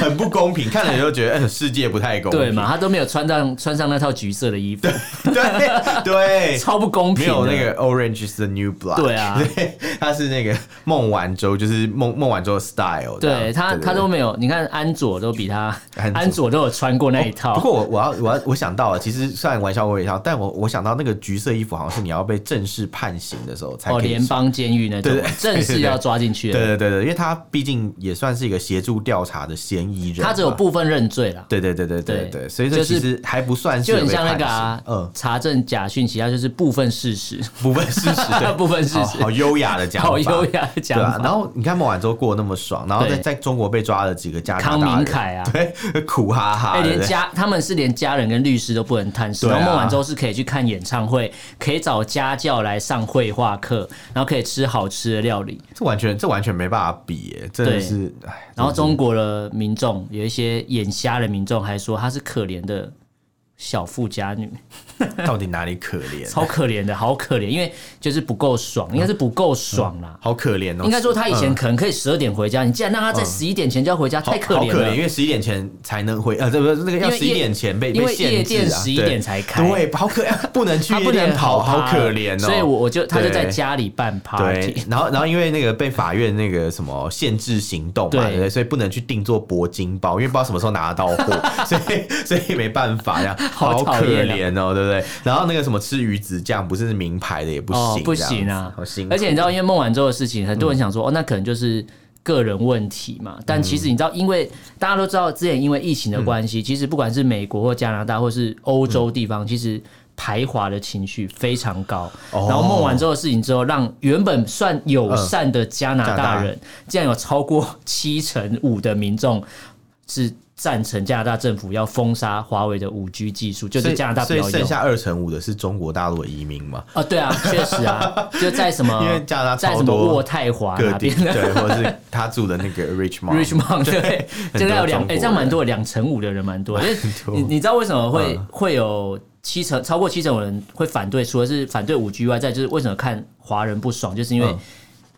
[SPEAKER 1] 很不公平，看了就觉得、嗯世界不太公平，
[SPEAKER 2] 对嘛，他都没有穿上穿上那套橘色的衣服，
[SPEAKER 1] 对对，
[SPEAKER 2] 超不公
[SPEAKER 1] 没
[SPEAKER 2] 平的，
[SPEAKER 1] 有那 个 Orange is the New Black，
[SPEAKER 2] 对啊
[SPEAKER 1] 对，他是那个孟晚舟，就是孟孟晚舟的 style，这样
[SPEAKER 2] 对他他都没有，你看安佐都比他
[SPEAKER 1] 安佐哦
[SPEAKER 2] 安佐都有穿过那一
[SPEAKER 1] 不
[SPEAKER 2] 套，
[SPEAKER 1] 过我我要我要我想到了，其实虽然玩笑归玩笑，但我我想到那个橘色衣服好像是你要被正式判刑的时候才
[SPEAKER 2] 哦，
[SPEAKER 1] 可以
[SPEAKER 2] 联
[SPEAKER 1] 穿
[SPEAKER 2] 邦监狱那种
[SPEAKER 1] 对对对，
[SPEAKER 2] 正式要抓进去
[SPEAKER 1] 对对
[SPEAKER 2] 了，
[SPEAKER 1] 对对，因为他毕竟也算是一个协助调查的嫌疑人嘛，
[SPEAKER 2] 他只有部分认罪啦。
[SPEAKER 1] 对对对对对
[SPEAKER 2] 对
[SPEAKER 1] 对，所以这
[SPEAKER 2] 就
[SPEAKER 1] 其
[SPEAKER 2] 是
[SPEAKER 1] 实还不算是
[SPEAKER 2] 就
[SPEAKER 1] 有
[SPEAKER 2] 很
[SPEAKER 1] 被
[SPEAKER 2] 像那
[SPEAKER 1] 判
[SPEAKER 2] 个啊
[SPEAKER 1] 刑，嗯，
[SPEAKER 2] 查证假讯息，他就是部分事实，
[SPEAKER 1] 部分事实， 对
[SPEAKER 2] 部分事
[SPEAKER 1] 好
[SPEAKER 2] 实
[SPEAKER 1] 好，优雅的讲法，
[SPEAKER 2] 好优雅的
[SPEAKER 1] 对
[SPEAKER 2] 讲
[SPEAKER 1] 啊
[SPEAKER 2] 法。。
[SPEAKER 1] 然后你看孟晚舟过得那么爽，然后在
[SPEAKER 2] 对
[SPEAKER 1] 在中国被抓了几个加拿大
[SPEAKER 2] 康明
[SPEAKER 1] 人，
[SPEAKER 2] 凯啊，
[SPEAKER 1] 对， 苦哈哈
[SPEAKER 2] 哎、
[SPEAKER 1] 的，
[SPEAKER 2] 连
[SPEAKER 1] 对
[SPEAKER 2] 家他们是连家人跟律师都不能探视，
[SPEAKER 1] 对啊
[SPEAKER 2] 然后孟晚舟是可以去看演唱会，可以找家教来上绘画课，然后可以吃好吃的料理。
[SPEAKER 1] 这完全这完全没办法比耶，真的
[SPEAKER 2] 对
[SPEAKER 1] 是，哎，
[SPEAKER 2] 然后中国的民众有一些眼瞎的民众还说她是可怜的小富 家女，
[SPEAKER 1] 到底哪里可怜，
[SPEAKER 2] 超可怜的，好可怜，因为就是不够爽，
[SPEAKER 1] 嗯
[SPEAKER 2] 应该是不够爽啦。
[SPEAKER 1] 好可怜哦，
[SPEAKER 2] 应该说她以前可能可以十二点回家，你竟然让她在十一点前就要回家，
[SPEAKER 1] 好
[SPEAKER 2] 太可
[SPEAKER 1] 嗯好
[SPEAKER 2] 怜
[SPEAKER 1] 可怜，
[SPEAKER 2] 了
[SPEAKER 1] 因。为十一点前才能回，呃，这不是那个要
[SPEAKER 2] 因为
[SPEAKER 1] 十一
[SPEAKER 2] 夜
[SPEAKER 1] 点前被
[SPEAKER 2] 因为
[SPEAKER 1] 被限制啊
[SPEAKER 2] 夜店11
[SPEAKER 1] 对
[SPEAKER 2] 点才开
[SPEAKER 1] 对，好可 不能去
[SPEAKER 2] 她
[SPEAKER 1] 夜
[SPEAKER 2] 不
[SPEAKER 1] 店
[SPEAKER 2] 能
[SPEAKER 1] 跑，
[SPEAKER 2] 跑
[SPEAKER 1] 好
[SPEAKER 2] 趴
[SPEAKER 1] 可怜哦，
[SPEAKER 2] 所以我我就她就在
[SPEAKER 1] 对
[SPEAKER 2] 家里办 party，
[SPEAKER 1] 对，然后然后因为那个被法院那个什么限制行动嘛，
[SPEAKER 2] 对
[SPEAKER 1] 对不对？所以不能去定做铂金包，因为不知道什么时候拿得到货， 所以所以没办法呀，
[SPEAKER 2] 好
[SPEAKER 1] 好
[SPEAKER 2] 讨
[SPEAKER 1] 可
[SPEAKER 2] 厌啊
[SPEAKER 1] 怜哦，对不对？然后那个什么吃鱼子酱，不是名牌的也不行，
[SPEAKER 2] 哦，不
[SPEAKER 1] 这样子
[SPEAKER 2] 行啊
[SPEAKER 1] 好辛！苦。嗯
[SPEAKER 2] 而且你知道，因为孟晚舟的事情，很多人想说、哦，那可能就是个人问题嘛。但其实你知道，因为大家都知道，之前因为疫情的关
[SPEAKER 1] 嗯
[SPEAKER 2] 系，其实不管是美国或加拿大，或是欧洲地方，其实。排华的情绪非常高，
[SPEAKER 1] 哦
[SPEAKER 2] 然后孟晚舟的事情之后，让原本算友善
[SPEAKER 1] 嗯
[SPEAKER 2] 的加拿大人，竟然有超过七成五的民众是赞成加拿大政府要封杀华为的五 G 技术，就是加拿大不
[SPEAKER 1] 所以
[SPEAKER 2] 要
[SPEAKER 1] 所以
[SPEAKER 2] 用
[SPEAKER 1] 剩。下二乘五的是中国大陆的移民嘛？
[SPEAKER 2] 啊，对啊，确实啊，就在什 么，
[SPEAKER 1] 因为加拿大
[SPEAKER 2] 在
[SPEAKER 1] 超
[SPEAKER 2] 什么
[SPEAKER 1] 啊多
[SPEAKER 2] 渥太华
[SPEAKER 1] 各
[SPEAKER 2] 那
[SPEAKER 1] 地
[SPEAKER 2] 边
[SPEAKER 1] 对，或者是他住的那个 Richmond。
[SPEAKER 2] Richmond 对，这个有两
[SPEAKER 1] 很多中国人
[SPEAKER 2] 哎，这样蛮多的，两成五的人蛮多的。因为
[SPEAKER 1] 多嗯
[SPEAKER 2] 你你知道为什么会会有七成超过七成的人会反对？除了是反对五 G 外，再就是为什么看华人不爽，就是因为
[SPEAKER 1] 嗯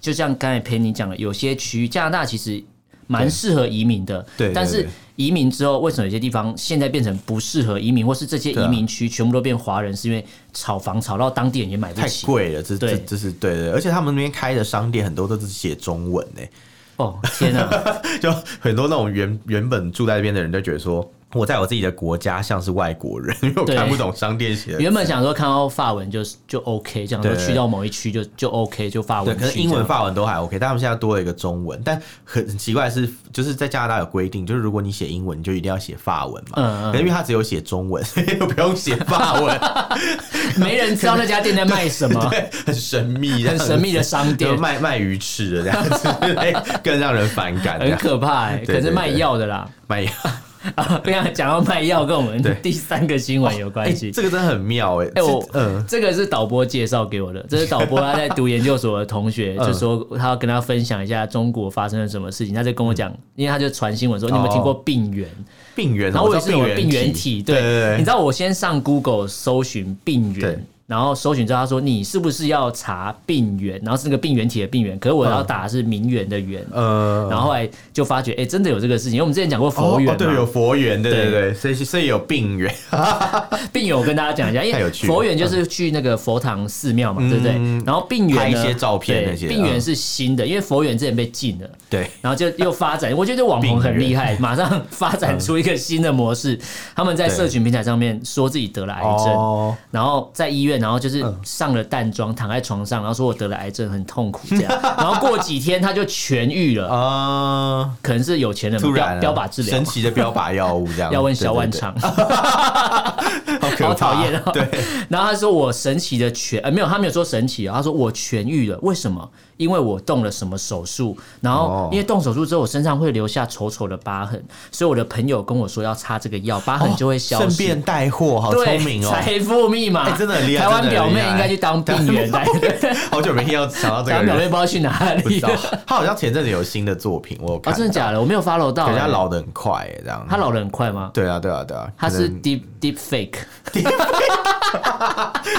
[SPEAKER 2] 就像刚才陪你讲的，有些区域加拿大其实蛮适合移民的，
[SPEAKER 1] 对对
[SPEAKER 2] 但是
[SPEAKER 1] 对。
[SPEAKER 2] 移民之后，为什么有些地方现在变成不适合移民，或是这些
[SPEAKER 1] 对啊
[SPEAKER 2] 移民区全部都变华人？是因为炒房炒到当地人也买不
[SPEAKER 1] 太
[SPEAKER 2] 起。
[SPEAKER 1] 贵了，这这
[SPEAKER 2] 对
[SPEAKER 1] 这是对对，而且他们那边开的商店很多都是写中文诶、
[SPEAKER 2] 哦，天啊！
[SPEAKER 1] 就很多那种原原本住在那边的人就觉得说，我在我自己的国家像是外国人，因为我
[SPEAKER 2] 对
[SPEAKER 1] 看不懂商店写的。
[SPEAKER 2] 原本想说看到法文就就 OK，这样说
[SPEAKER 1] 对
[SPEAKER 2] 去到某一区就就 OK，就法
[SPEAKER 1] 对，
[SPEAKER 2] 文区
[SPEAKER 1] 可
[SPEAKER 2] 这
[SPEAKER 1] 能
[SPEAKER 2] 样。
[SPEAKER 1] 英文、法文都还 OK，但他们现在多了一个中文。但很很奇怪的是，就是在加拿大有规定，就是如果你写英文，你就一定要写法文嘛。
[SPEAKER 2] 嗯嗯
[SPEAKER 1] 嗯可是因为他只有写中文，所以就不用写法文，
[SPEAKER 2] 没人知道那家店在卖什么，
[SPEAKER 1] 对，很神秘，
[SPEAKER 2] 很神秘的商
[SPEAKER 1] 就
[SPEAKER 2] 店，
[SPEAKER 1] 卖卖鱼翅的这样子， 哎更让人反感这
[SPEAKER 2] 很
[SPEAKER 1] 样。
[SPEAKER 2] 可怕、欸，
[SPEAKER 1] 对
[SPEAKER 2] 可是卖
[SPEAKER 1] 对对
[SPEAKER 2] 药的啦。
[SPEAKER 1] 卖
[SPEAKER 2] 啊， 不要讲到卖药，跟我 们
[SPEAKER 1] 对
[SPEAKER 2] 第三个新闻有关系
[SPEAKER 1] 哎。这个真的很妙哎、
[SPEAKER 2] 哎、
[SPEAKER 1] 是
[SPEAKER 2] 我、
[SPEAKER 1] 嗯，
[SPEAKER 2] 这个是导播介绍给我的，这是导播他在读研究所的同学，
[SPEAKER 1] 呃
[SPEAKER 2] 就说他要跟他分享一下中国发生了什么事情，他就跟我讲，因为他就传新闻
[SPEAKER 1] 哦
[SPEAKER 2] 说，你有没有听过病源？
[SPEAKER 1] 病源，
[SPEAKER 2] 然后我
[SPEAKER 1] 知
[SPEAKER 2] 也
[SPEAKER 1] 道
[SPEAKER 2] 是有病
[SPEAKER 1] 原
[SPEAKER 2] 原体，
[SPEAKER 1] 对
[SPEAKER 2] 对
[SPEAKER 1] 对
[SPEAKER 2] 你知道我先上 Google 搜寻病
[SPEAKER 1] 对
[SPEAKER 2] 源，然后搜寻之后他说你是不是要查病源，然后是那个病原体的病源，可是我要打的是名媛的媛，
[SPEAKER 1] 呃，
[SPEAKER 2] 然后后来就发觉哎、真的有这个事情，因为我们之前讲过佛缘
[SPEAKER 1] 哦哦对，有
[SPEAKER 2] 嘛，
[SPEAKER 1] 佛缘，对对
[SPEAKER 2] 对
[SPEAKER 1] 对，所以所以有病 缘，
[SPEAKER 2] 病源我跟大家讲一下，因
[SPEAKER 1] 太有
[SPEAKER 2] 为
[SPEAKER 1] 趣了
[SPEAKER 2] 佛缘就是去那个佛堂寺庙嘛，对不对
[SPEAKER 1] 嗯？
[SPEAKER 2] 然后病源
[SPEAKER 1] 拍一
[SPEAKER 2] 呢
[SPEAKER 1] 些照片
[SPEAKER 2] 对
[SPEAKER 1] 那些
[SPEAKER 2] 病源
[SPEAKER 1] 嗯
[SPEAKER 2] 是新的，因为佛缘之前被禁了。
[SPEAKER 1] 对，
[SPEAKER 2] 然后就又发展，我觉得网红很厉 害，马上发展出一个新的模
[SPEAKER 1] 嗯
[SPEAKER 2] 式。他们在社群平台上面说自己得了癌症，
[SPEAKER 1] 哦，
[SPEAKER 2] 然后在医院，然后就是
[SPEAKER 1] 嗯
[SPEAKER 2] 上了淡妆，躺在床上，然后说我得了癌症，很痛苦这样。 然后过几天他就痊愈了，
[SPEAKER 1] 啊，
[SPEAKER 2] 可能是有钱人嘛
[SPEAKER 1] 突然
[SPEAKER 2] 标
[SPEAKER 1] 啊
[SPEAKER 2] 标靶治疗
[SPEAKER 1] 神
[SPEAKER 2] 嘛，
[SPEAKER 1] 奇的标靶药物这样，
[SPEAKER 2] 要问
[SPEAKER 1] 对
[SPEAKER 2] 小万，
[SPEAKER 1] 对
[SPEAKER 2] 长，
[SPEAKER 1] 对好可怕
[SPEAKER 2] 好讨厌哦。
[SPEAKER 1] 对，，
[SPEAKER 2] 然后他说我神奇的痊，呃，没有，他没有说神奇啊，他说我痊愈了，为什么？因为我动了什么手术，然后
[SPEAKER 1] 哦
[SPEAKER 2] 因为动手术之后，我身上会留下丑丑的疤痕，所以我的朋友跟我说要擦这个药，疤痕就会消
[SPEAKER 1] 哦顺
[SPEAKER 2] 失。
[SPEAKER 1] 便带货，好
[SPEAKER 2] 对，
[SPEAKER 1] 聪明哦，
[SPEAKER 2] 财富密码、
[SPEAKER 1] 哎真的很厉害
[SPEAKER 2] 台湾
[SPEAKER 1] 真的
[SPEAKER 2] 表
[SPEAKER 1] 很厉
[SPEAKER 2] 妹
[SPEAKER 1] 害
[SPEAKER 2] 应该去当病原来的，
[SPEAKER 1] 好久没听到想到 这
[SPEAKER 2] 台
[SPEAKER 1] 个
[SPEAKER 2] 湾表妹
[SPEAKER 1] 人，
[SPEAKER 2] 不知道去哪
[SPEAKER 1] 不知
[SPEAKER 2] 里
[SPEAKER 1] 道
[SPEAKER 2] 了。
[SPEAKER 1] 他好像前阵子有新的作品，我有
[SPEAKER 2] 啊，
[SPEAKER 1] 看，
[SPEAKER 2] 真的假的？我没有 follow 到、
[SPEAKER 1] 可是
[SPEAKER 2] 欸。
[SPEAKER 1] 他老的很快，哎这样，
[SPEAKER 2] 他老得很快吗？
[SPEAKER 1] 对啊对啊对啊，
[SPEAKER 2] 他
[SPEAKER 1] 可
[SPEAKER 2] 是
[SPEAKER 1] 能
[SPEAKER 2] deep deep fake，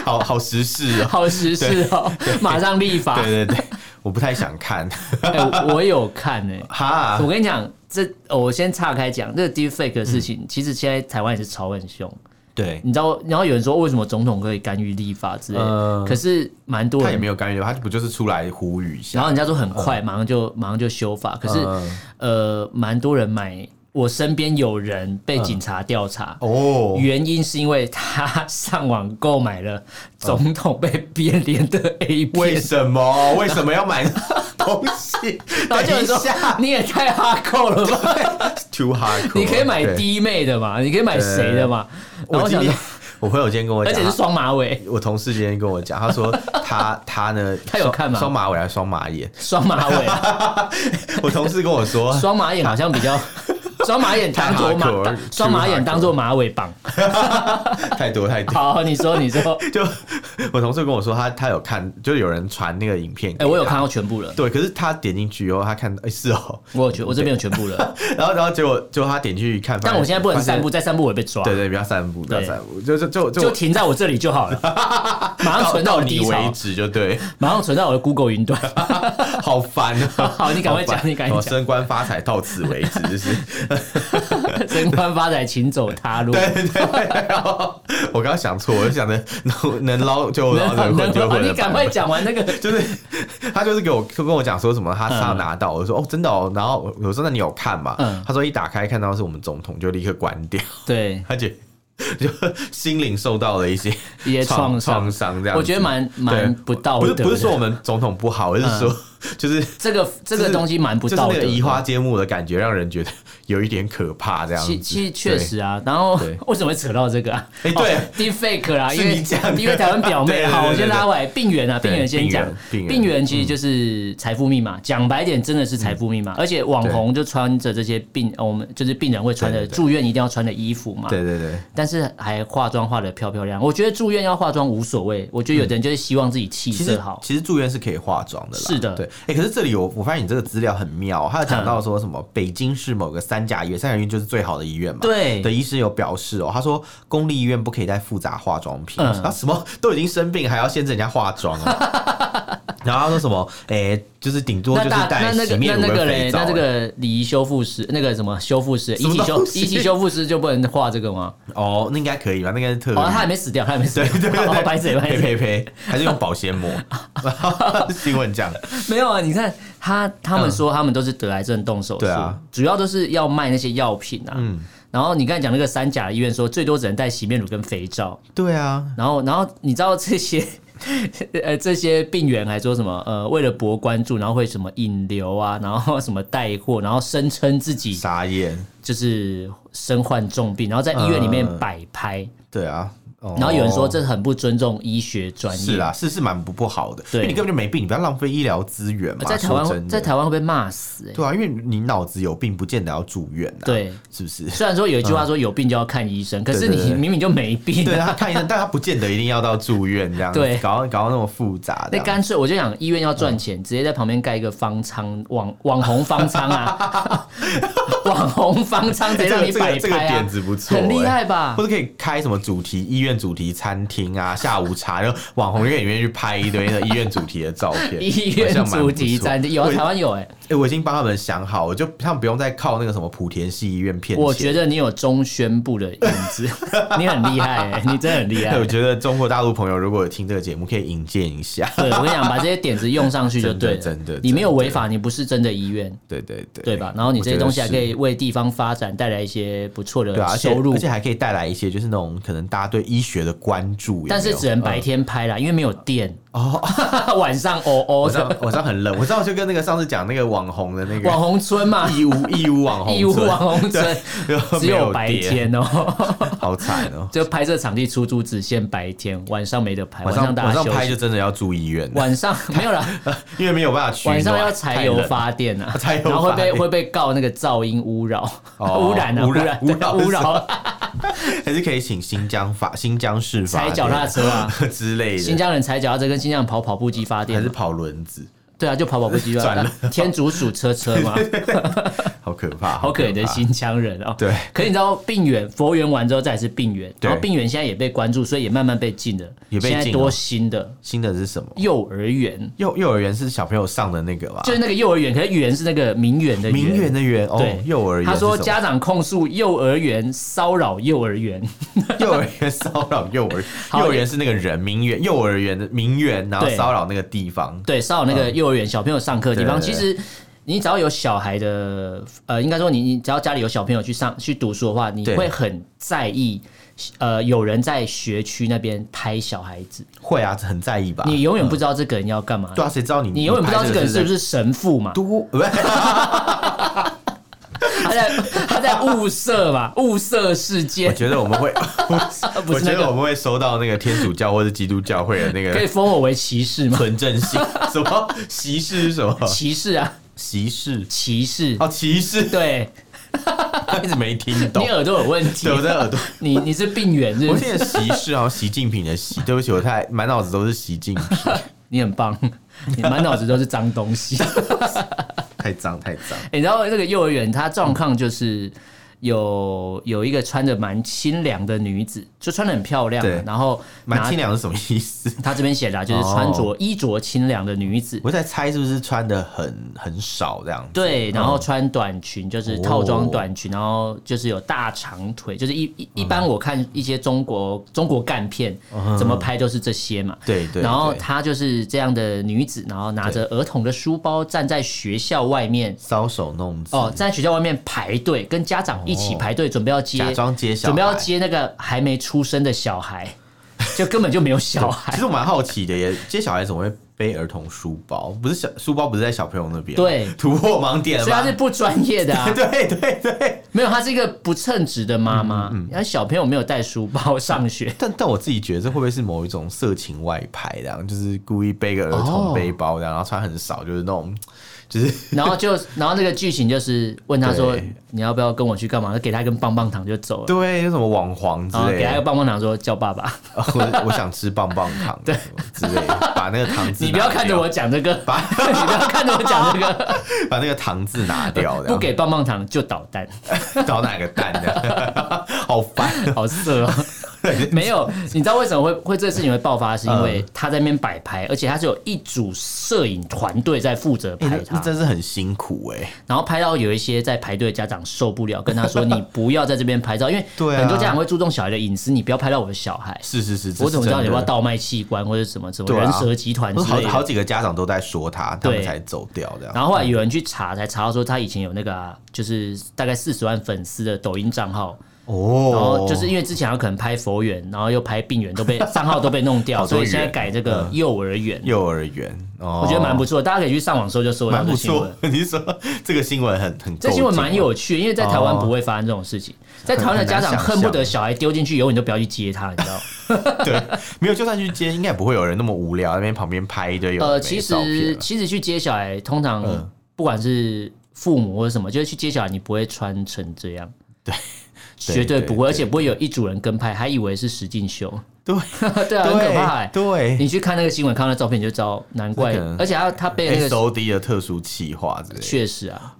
[SPEAKER 1] 好好时事哦，
[SPEAKER 2] 好时事哦，马上立法。
[SPEAKER 1] 对对对，我不太想看，
[SPEAKER 2] 哎、我我有看哎、
[SPEAKER 1] 哈
[SPEAKER 2] 我，跟你讲，这哦我先岔开讲，这个 deepfake 的事
[SPEAKER 1] 嗯
[SPEAKER 2] 情，其实现在台湾也是吵很凶。
[SPEAKER 1] 对。
[SPEAKER 2] 你知道，然后有人说为什么总统可以干预立法之类的，
[SPEAKER 1] 嗯
[SPEAKER 2] 可是蛮多
[SPEAKER 1] 他也
[SPEAKER 2] 人
[SPEAKER 1] 没。有嗯干预，他不就是出来呼吁一下？
[SPEAKER 2] 然后人家说很快，马上就马上就修法，可是、
[SPEAKER 1] 嗯
[SPEAKER 2] 呃，蛮多人买。我身边有人被警察调查，
[SPEAKER 1] 哦，
[SPEAKER 2] 原因是因为他上网购买了总统被变脸的 A
[SPEAKER 1] 为
[SPEAKER 2] 片，
[SPEAKER 1] 什么？为什么要买东西？
[SPEAKER 2] 然后就有
[SPEAKER 1] 等
[SPEAKER 2] 人
[SPEAKER 1] 一
[SPEAKER 2] 说
[SPEAKER 1] 下
[SPEAKER 2] 你也太哈扣了 吧。
[SPEAKER 1] ，too hard。
[SPEAKER 2] 你可以买，弟妹的嘛，你可以买谁的嘛？然
[SPEAKER 1] 我
[SPEAKER 2] 后我
[SPEAKER 1] 今
[SPEAKER 2] 想
[SPEAKER 1] 天
[SPEAKER 2] 说，
[SPEAKER 1] 我朋友今天跟我
[SPEAKER 2] 而
[SPEAKER 1] 讲，
[SPEAKER 2] 且是双马尾，
[SPEAKER 1] 我同事今天跟我讲，他 说他他呢，
[SPEAKER 2] 他有看吗
[SPEAKER 1] 双马尾还是双马眼？
[SPEAKER 2] 双马尾，
[SPEAKER 1] 我同事跟我 说，
[SPEAKER 2] 双马眼好像比较，双马眼当做
[SPEAKER 1] 太 hardcore
[SPEAKER 2] 马
[SPEAKER 1] 了，
[SPEAKER 2] 双马眼
[SPEAKER 1] too hardcore
[SPEAKER 2] 当做马尾绑。
[SPEAKER 1] 太多太 多。
[SPEAKER 2] 好，你说你说，
[SPEAKER 1] 就我同事跟我说，他他有看，就是有人传那个影片，
[SPEAKER 2] 哎，我有看。到全部了，
[SPEAKER 1] 对，可是他点进去以后，他看到，哎、是哦，
[SPEAKER 2] 我有全，我这边有全部了，
[SPEAKER 1] 然后然后结果结果他点进去看，
[SPEAKER 2] 但我现在不能
[SPEAKER 1] 发现
[SPEAKER 2] 散步，再散步我会被抓，
[SPEAKER 1] 对对，不要散步，不要
[SPEAKER 2] 对
[SPEAKER 1] 散步，就就就
[SPEAKER 2] 就停在我这里就 好了，马上
[SPEAKER 1] 到
[SPEAKER 2] 存到
[SPEAKER 1] 到
[SPEAKER 2] 我的
[SPEAKER 1] 你
[SPEAKER 2] 低
[SPEAKER 1] 为
[SPEAKER 2] 潮，
[SPEAKER 1] 止就对，
[SPEAKER 2] 马上存到我的 Google 云 端。
[SPEAKER 1] 好烦啊！
[SPEAKER 2] 好你赶快讲
[SPEAKER 1] 好烦
[SPEAKER 2] 你赶快
[SPEAKER 1] 哦
[SPEAKER 2] 讲
[SPEAKER 1] 升官发财到此为止，就是
[SPEAKER 2] 升官发财，请走他路。
[SPEAKER 1] 对对对。然后我刚刚想错，我就想着能能捞就捞，能混就
[SPEAKER 2] 能
[SPEAKER 1] 混
[SPEAKER 2] 你
[SPEAKER 1] 的
[SPEAKER 2] 赶
[SPEAKER 1] 版
[SPEAKER 2] 快
[SPEAKER 1] 本。
[SPEAKER 2] 讲完 那个，
[SPEAKER 1] 就是他就是给我就跟我讲说什么他他拿到，我说哦真的哦，然后我我说那你有看嘛
[SPEAKER 2] 嗯？
[SPEAKER 1] 他说一打开看到是我们总统就立刻关掉，
[SPEAKER 2] 对，
[SPEAKER 1] 他就就心灵受到了一些
[SPEAKER 2] 一些创
[SPEAKER 1] 创
[SPEAKER 2] 伤
[SPEAKER 1] 创，伤这样子。
[SPEAKER 2] 我觉得蛮
[SPEAKER 1] 对
[SPEAKER 2] 蛮不道
[SPEAKER 1] 不
[SPEAKER 2] 德
[SPEAKER 1] 是
[SPEAKER 2] 的。嗯
[SPEAKER 1] 不是说我们总统不好，而是说就是
[SPEAKER 2] 这个这个东西蛮不
[SPEAKER 1] 就是
[SPEAKER 2] 道
[SPEAKER 1] 那
[SPEAKER 2] 德
[SPEAKER 1] 个
[SPEAKER 2] 的。
[SPEAKER 1] 移花接木的感觉，让人觉得有一点可怕这样
[SPEAKER 2] 其
[SPEAKER 1] 子。
[SPEAKER 2] 其实确
[SPEAKER 1] 对
[SPEAKER 2] 实啊，然后
[SPEAKER 1] 对
[SPEAKER 2] 为什么会扯到这个啊？
[SPEAKER 1] 哎 对
[SPEAKER 2] ，deep fake 啦，
[SPEAKER 1] 是
[SPEAKER 2] 因为
[SPEAKER 1] 你讲的
[SPEAKER 2] 因为台湾表妹
[SPEAKER 1] 对对
[SPEAKER 2] 啊，
[SPEAKER 1] 对对
[SPEAKER 2] 我先拉回来，病源啊，
[SPEAKER 1] 对
[SPEAKER 2] 病源先讲，
[SPEAKER 1] 病源病源嗯
[SPEAKER 2] 病源其实就是财富密码，讲白点真的是财富密码，而且网红就穿着这些病，呃我们就是病人会穿
[SPEAKER 1] 对
[SPEAKER 2] 的
[SPEAKER 1] 对对
[SPEAKER 2] 住院一定要穿的衣服嘛，
[SPEAKER 1] 对对对，
[SPEAKER 2] 但是还化妆化的漂漂亮，我觉得住院要化妆无所谓，我觉得有的人就是希望自己气
[SPEAKER 1] 嗯其
[SPEAKER 2] 色
[SPEAKER 1] 实
[SPEAKER 2] 好，
[SPEAKER 1] 其实住院是可以化妆的啦。
[SPEAKER 2] 是的
[SPEAKER 1] 对。哎、可是这里我我发现你这个资料很妙哦，他有讲到说什么北京市某个三甲医院，三甲医院就是最好的医院嘛。
[SPEAKER 2] 对
[SPEAKER 1] 的医师有表示哦，他说公立医院不可以带复杂化妆品，
[SPEAKER 2] 嗯
[SPEAKER 1] 啊什么都已经生病还要限制人家化妆啊。 然后他说什么？哎、就是顶多
[SPEAKER 2] 那
[SPEAKER 1] 就是
[SPEAKER 2] 大那
[SPEAKER 1] 带
[SPEAKER 2] 那
[SPEAKER 1] 洗
[SPEAKER 2] 个
[SPEAKER 1] 面
[SPEAKER 2] 那
[SPEAKER 1] 乳
[SPEAKER 2] 那个
[SPEAKER 1] 跟
[SPEAKER 2] 嘞
[SPEAKER 1] 肥，皂、
[SPEAKER 2] 那这个礼仪修复师，那个什么修复师，
[SPEAKER 1] 什
[SPEAKER 2] 仪
[SPEAKER 1] 么
[SPEAKER 2] 器修
[SPEAKER 1] 东西
[SPEAKER 2] 仪器修复师就不能画这个吗？
[SPEAKER 1] 哦，那应该可以吧？那应该是特例。
[SPEAKER 2] 哦，他还没死掉，他还没死
[SPEAKER 1] 对
[SPEAKER 2] 掉，
[SPEAKER 1] 对对对，
[SPEAKER 2] 哦白嘴白
[SPEAKER 1] 呸
[SPEAKER 2] 嘴，
[SPEAKER 1] 呸呸，还是用保鲜 膜。新闻讲，
[SPEAKER 2] 没有啊！你看他他们说他们都是得癌症动手术
[SPEAKER 1] 对啊，
[SPEAKER 2] 主要都是要卖那些药品啊。
[SPEAKER 1] 嗯
[SPEAKER 2] 然后你刚才讲那个三甲医院说最多只能带洗面乳跟肥皂，
[SPEAKER 1] 对啊，
[SPEAKER 2] 然后然后你知道这些 呃这些病源还说什么呃为了博关注，然后会什么引流啊，然后什么带货，然后声称自己
[SPEAKER 1] 傻眼。
[SPEAKER 2] 就是身患重病，然后在医院里面
[SPEAKER 1] 嗯
[SPEAKER 2] 摆拍，
[SPEAKER 1] 对啊，哦
[SPEAKER 2] 然后有人说这很不尊重医学专业
[SPEAKER 1] 是。啊啦，是是蛮不不好的，因
[SPEAKER 2] 对
[SPEAKER 1] 为你根本就没病，你不要浪费医疗资源嘛。
[SPEAKER 2] 在台
[SPEAKER 1] 说
[SPEAKER 2] 湾，
[SPEAKER 1] 真
[SPEAKER 2] 在
[SPEAKER 1] 的，
[SPEAKER 2] 台湾会被骂死、欸。
[SPEAKER 1] 对啊，因为你脑子有病，不见得要住院啊，，
[SPEAKER 2] 对，
[SPEAKER 1] 是不是？
[SPEAKER 2] 虽然说有一句话说有病就要看医生，可是
[SPEAKER 1] 对对
[SPEAKER 2] 你
[SPEAKER 1] 对
[SPEAKER 2] 明明就没病
[SPEAKER 1] 对
[SPEAKER 2] 啊。
[SPEAKER 1] 他看医生， 但他不见得一定要到住院这样子，
[SPEAKER 2] 对
[SPEAKER 1] 搞到搞到那么复杂这
[SPEAKER 2] 那
[SPEAKER 1] 样。
[SPEAKER 2] 干脆我就想，医院要赚钱，直接在旁边盖一个方舱网网红方舱啊，网红方舱直接让你
[SPEAKER 1] 这个
[SPEAKER 2] 摆
[SPEAKER 1] 这个
[SPEAKER 2] 拍
[SPEAKER 1] 点
[SPEAKER 2] 啊，
[SPEAKER 1] 子不错，
[SPEAKER 2] 很厉害吧
[SPEAKER 1] 或？者可以开什么主题医院主题餐厅 啊，下午茶，然后网红就可以里面去拍一堆那医院主题的照片。
[SPEAKER 2] 医院主题餐厅有啊
[SPEAKER 1] 我
[SPEAKER 2] 台湾有哎、
[SPEAKER 1] 哎、我已经帮他们想好，我就他们不用再靠那个什么莆田系医院骗钱。
[SPEAKER 2] 我觉得你有中宣部的影子，你很厉害、欸，你真的很厉害
[SPEAKER 1] 对，我。觉得中国大陆朋友如果有听这个节目，可以引荐一下。
[SPEAKER 2] 对，我跟你讲，把这些点子用上去就对了。
[SPEAKER 1] 真的真的
[SPEAKER 2] 你没有违法，你不是真的医院，
[SPEAKER 1] 对对对，
[SPEAKER 2] 对吧？然后你这些
[SPEAKER 1] 我觉得
[SPEAKER 2] 东西还
[SPEAKER 1] 是
[SPEAKER 2] 可以为地方发展带来一些不错的
[SPEAKER 1] 对啊，而且
[SPEAKER 2] 收入
[SPEAKER 1] 而且还可以带来一些就是那种可能大家对医学的关注有嗯没有，
[SPEAKER 2] 但是只能白天拍啦，因为没有电哦。 晚上哦
[SPEAKER 1] 我
[SPEAKER 2] 哦
[SPEAKER 1] 知，道，我知道很冷，我知道就跟那个上次讲那个网红的那
[SPEAKER 2] 网
[SPEAKER 1] 个
[SPEAKER 2] 红村嘛，
[SPEAKER 1] 义乌义乌网红
[SPEAKER 2] 义乌
[SPEAKER 1] 村
[SPEAKER 2] 网红村
[SPEAKER 1] 对
[SPEAKER 2] 只
[SPEAKER 1] 没有
[SPEAKER 2] 有白
[SPEAKER 1] 电
[SPEAKER 2] 天哦。
[SPEAKER 1] 好惨哦、
[SPEAKER 2] 就拍摄场地出租只限白天，晚上没得拍，
[SPEAKER 1] 晚
[SPEAKER 2] 哎晚
[SPEAKER 1] 上
[SPEAKER 2] 大
[SPEAKER 1] 晚
[SPEAKER 2] 家
[SPEAKER 1] 上
[SPEAKER 2] 休
[SPEAKER 1] 拍就
[SPEAKER 2] 息。
[SPEAKER 1] 真的要住医院，
[SPEAKER 2] 晚上没有啦，
[SPEAKER 1] 因为没有办法取暖
[SPEAKER 2] 晚上要柴油发电啊，
[SPEAKER 1] 太冷
[SPEAKER 2] 然后会
[SPEAKER 1] 柴油发
[SPEAKER 2] 被
[SPEAKER 1] 电
[SPEAKER 2] 会被告那个噪音污扰、
[SPEAKER 1] 哦
[SPEAKER 2] 污染啊、
[SPEAKER 1] 污
[SPEAKER 2] 污
[SPEAKER 1] 染
[SPEAKER 2] 染、
[SPEAKER 1] 污染
[SPEAKER 2] 污染，
[SPEAKER 1] 太冷， 还是可以请新疆法新疆市法
[SPEAKER 2] 踩脚踏车啊，
[SPEAKER 1] 之类的，
[SPEAKER 2] 新疆人踩脚踏车跟新疆人跑跑步机发
[SPEAKER 1] 还
[SPEAKER 2] 电
[SPEAKER 1] 是
[SPEAKER 2] 嘛，
[SPEAKER 1] 跑轮子，
[SPEAKER 2] 对啊，就跑跑步机发
[SPEAKER 1] 转
[SPEAKER 2] 电啊，天竺鼠车车 嘛，
[SPEAKER 1] 好可怕，
[SPEAKER 2] 好可怜的
[SPEAKER 1] 怕。
[SPEAKER 2] 新疆人哦。
[SPEAKER 1] 对，
[SPEAKER 2] 可是你知道病源佛缘完之后再来是病源，
[SPEAKER 1] 对
[SPEAKER 2] 然后病源现在也被关注，所以也慢慢被禁了。
[SPEAKER 1] 也被禁了
[SPEAKER 2] 现在多新的
[SPEAKER 1] 新的是什么？
[SPEAKER 2] 幼儿园，
[SPEAKER 1] 幼幼儿园是小朋友上的那个吧？
[SPEAKER 2] 就是那个幼儿园，可是园是那个名媛的
[SPEAKER 1] 名媛。的园哦
[SPEAKER 2] 对，，
[SPEAKER 1] 幼儿园是什么。
[SPEAKER 2] 他说家长控诉幼儿园骚扰幼 儿园，
[SPEAKER 1] 幼儿园骚扰幼儿，
[SPEAKER 2] 好
[SPEAKER 1] 幼儿园是那个人，名媛幼儿园的名媛，然后
[SPEAKER 2] 对
[SPEAKER 1] 骚扰那个地方。
[SPEAKER 2] 对，骚扰那个幼儿园小朋友上课的地方。
[SPEAKER 1] 对
[SPEAKER 2] 其
[SPEAKER 1] 对
[SPEAKER 2] 实你只要有小孩的，呃，应该说你你只要家里有小朋友去上去读书的话，你
[SPEAKER 1] 对
[SPEAKER 2] 会很在意，呃，有人在学区那边拍小孩子，
[SPEAKER 1] 会啊，很在意吧？
[SPEAKER 2] 你永远不知道这个人要干嘛。
[SPEAKER 1] 对啊，谁知道你？
[SPEAKER 2] 你永远不知道这个人是不
[SPEAKER 1] 是
[SPEAKER 2] 是神父嘛？
[SPEAKER 1] 多？不是
[SPEAKER 2] 他在他在物色嘛，物色世
[SPEAKER 1] 我
[SPEAKER 2] 界，啊
[SPEAKER 1] 觉得我 们会，
[SPEAKER 2] 不
[SPEAKER 1] 我
[SPEAKER 2] 是
[SPEAKER 1] 觉
[SPEAKER 2] 那
[SPEAKER 1] 得我
[SPEAKER 2] 个
[SPEAKER 1] 们会收到那个天主教或者基督教会的那
[SPEAKER 2] 可以
[SPEAKER 1] 个
[SPEAKER 2] 封我为骑士吗？
[SPEAKER 1] 纯正 性，什么歧视是什么
[SPEAKER 2] 骑士啊，
[SPEAKER 1] 歧视？
[SPEAKER 2] 骑士，
[SPEAKER 1] 哦，歧视，
[SPEAKER 2] 对
[SPEAKER 1] 一直没听懂
[SPEAKER 2] 你。耳朵有问题
[SPEAKER 1] 对，，我的耳 朵，
[SPEAKER 2] 你你是病源是
[SPEAKER 1] 我
[SPEAKER 2] 不是？
[SPEAKER 1] 现在歧视啊，习近平的习，对不起，我太满脑子都是习近 平，
[SPEAKER 2] 你很棒，你满脑子都是脏 东西。
[SPEAKER 1] 太脏太脏。
[SPEAKER 2] 欸你知道这个幼儿园它状况就是有有一个穿着蛮清凉的女子，就穿的很漂亮啊
[SPEAKER 1] 对，
[SPEAKER 2] 然后
[SPEAKER 1] 蛮
[SPEAKER 2] 拿
[SPEAKER 1] 清凉是什么意思？
[SPEAKER 2] 她这边写的啊就是穿着衣着清凉的女子，
[SPEAKER 1] 我在猜是不是穿的很很少这样子？
[SPEAKER 2] 对，然后穿短裙，就是
[SPEAKER 1] 嗯哦
[SPEAKER 2] 套装短裙，然后就是有大长腿，就是一
[SPEAKER 1] 嗯
[SPEAKER 2] 一一般我看一些中国中国干片怎么拍都是这些嘛。
[SPEAKER 1] 对对
[SPEAKER 2] 然后
[SPEAKER 1] 对
[SPEAKER 2] 她就是这样的女子，然后拿着儿童的书包站在学校外面，
[SPEAKER 1] 搔首弄姿，
[SPEAKER 2] 哦，站在学校外面排队，跟家长一起排队，准备要接，
[SPEAKER 1] 哦假装接小孩
[SPEAKER 2] 准备要接那个还没出生的小孩，就根本就没有小
[SPEAKER 1] 其
[SPEAKER 2] 孩。
[SPEAKER 1] 实我蛮好奇的耶，接小孩怎么会背儿童书包，不是小书包不是在小朋友那边，
[SPEAKER 2] 对
[SPEAKER 1] 突破盲点了
[SPEAKER 2] 所以他
[SPEAKER 1] 吧
[SPEAKER 2] 是？不专业的啊，
[SPEAKER 1] 对对对，
[SPEAKER 2] 没有，他是一个不称职的妈妈，
[SPEAKER 1] 嗯
[SPEAKER 2] 然后小朋友没有带书包上学，
[SPEAKER 1] 但但我自己觉得这会不会是某一种色情外拍这样，就是故意背个儿童
[SPEAKER 2] 哦
[SPEAKER 1] 背包这样，然后穿很少，就是那种就是
[SPEAKER 2] 然后就然后那个剧情就是问他说
[SPEAKER 1] 对
[SPEAKER 2] 你要不要跟我去干嘛，就给他一根棒棒糖就走了，
[SPEAKER 1] 对，就什么网黄之
[SPEAKER 2] 然后
[SPEAKER 1] 类
[SPEAKER 2] 给他一个
[SPEAKER 1] 的，
[SPEAKER 2] 棒棒糖说叫 爸爸，
[SPEAKER 1] 我我想吃棒棒糖，对之类的，把那个糖字
[SPEAKER 2] 你不要
[SPEAKER 1] 拿掉
[SPEAKER 2] 看着我，讲这个， 你
[SPEAKER 1] 把
[SPEAKER 2] 不要看着我 讲这个，
[SPEAKER 1] 把那个糖字 拿掉，这
[SPEAKER 2] 不
[SPEAKER 1] 样
[SPEAKER 2] 给棒棒糖就捣蛋，
[SPEAKER 1] 找哪个蛋的，好 烦哦。
[SPEAKER 2] 好色哦。 没有，你知道为什么会会这个事情会爆发？是因
[SPEAKER 1] 嗯
[SPEAKER 2] 为他在那边摆拍，而且他是有一组摄影团队在负责
[SPEAKER 1] 欸
[SPEAKER 2] 拍
[SPEAKER 1] 那
[SPEAKER 2] 他
[SPEAKER 1] 那，真是很辛苦哎、
[SPEAKER 2] 然后拍到有一些在排队的家长受不了，跟他说：“你不要在这边拍照，因为
[SPEAKER 1] 对啊
[SPEAKER 2] 很多家长会注重小孩的隐私，你不要拍到我的小孩。
[SPEAKER 1] 是是是，”
[SPEAKER 2] 我怎么知道你要不要
[SPEAKER 1] 到？
[SPEAKER 2] 倒卖器官或者什么什么
[SPEAKER 1] 对啊
[SPEAKER 2] 人蛇集团
[SPEAKER 1] 不是
[SPEAKER 2] 之
[SPEAKER 1] 好
[SPEAKER 2] 类
[SPEAKER 1] 好
[SPEAKER 2] 的？
[SPEAKER 1] 几个家长都在说他，他们
[SPEAKER 2] 对
[SPEAKER 1] 才走掉这样。
[SPEAKER 2] 然后后来有人去查，才查到说他以前有那个、啊，就是大概四十万粉丝的抖音账号，
[SPEAKER 1] 哦，
[SPEAKER 2] 然后就是因为之前他可能拍佛缘，然后又拍病缘，都被 账号都被弄掉，
[SPEAKER 1] 好多嗯
[SPEAKER 2] 所以
[SPEAKER 1] 缘
[SPEAKER 2] 现在改这个幼儿园，
[SPEAKER 1] 幼儿园，哦，
[SPEAKER 2] 我觉得蛮不错，大家可以去上网搜就搜得到
[SPEAKER 1] 蛮
[SPEAKER 2] 这
[SPEAKER 1] 不
[SPEAKER 2] 个新
[SPEAKER 1] 错
[SPEAKER 2] 闻。。
[SPEAKER 1] 你是说这个新闻很很
[SPEAKER 2] 这新闻蛮
[SPEAKER 1] 够劲吗
[SPEAKER 2] 有趣，因为在台
[SPEAKER 1] 哦
[SPEAKER 2] 湾不会发生这种事情，在台湾的家长恨不得小孩丢进去以后你都不要去接他，你知道？
[SPEAKER 1] 对，没有就算去接，应该也不会有人那么无聊，那边旁边拍一堆有的
[SPEAKER 2] 呃，
[SPEAKER 1] 没
[SPEAKER 2] 其
[SPEAKER 1] 照片啊
[SPEAKER 2] 实
[SPEAKER 1] 了
[SPEAKER 2] 其实去接小孩，通常
[SPEAKER 1] 嗯
[SPEAKER 2] 不管是父母或者什么，就是去接小孩，你不会穿成这样。
[SPEAKER 1] 对
[SPEAKER 2] 绝对不会，
[SPEAKER 1] 对
[SPEAKER 2] 而且不会有一组人跟拍，还以为是石进秀，
[SPEAKER 1] 对
[SPEAKER 2] 对啊，很可怕欸。
[SPEAKER 1] 对
[SPEAKER 2] 你去看那个新闻，看到那照片，你就知道，难怪
[SPEAKER 1] 那可能。
[SPEAKER 2] 而且他他被那
[SPEAKER 1] ，S
[SPEAKER 2] 个
[SPEAKER 1] O D 的特殊企划之类的，
[SPEAKER 2] 确实 啊，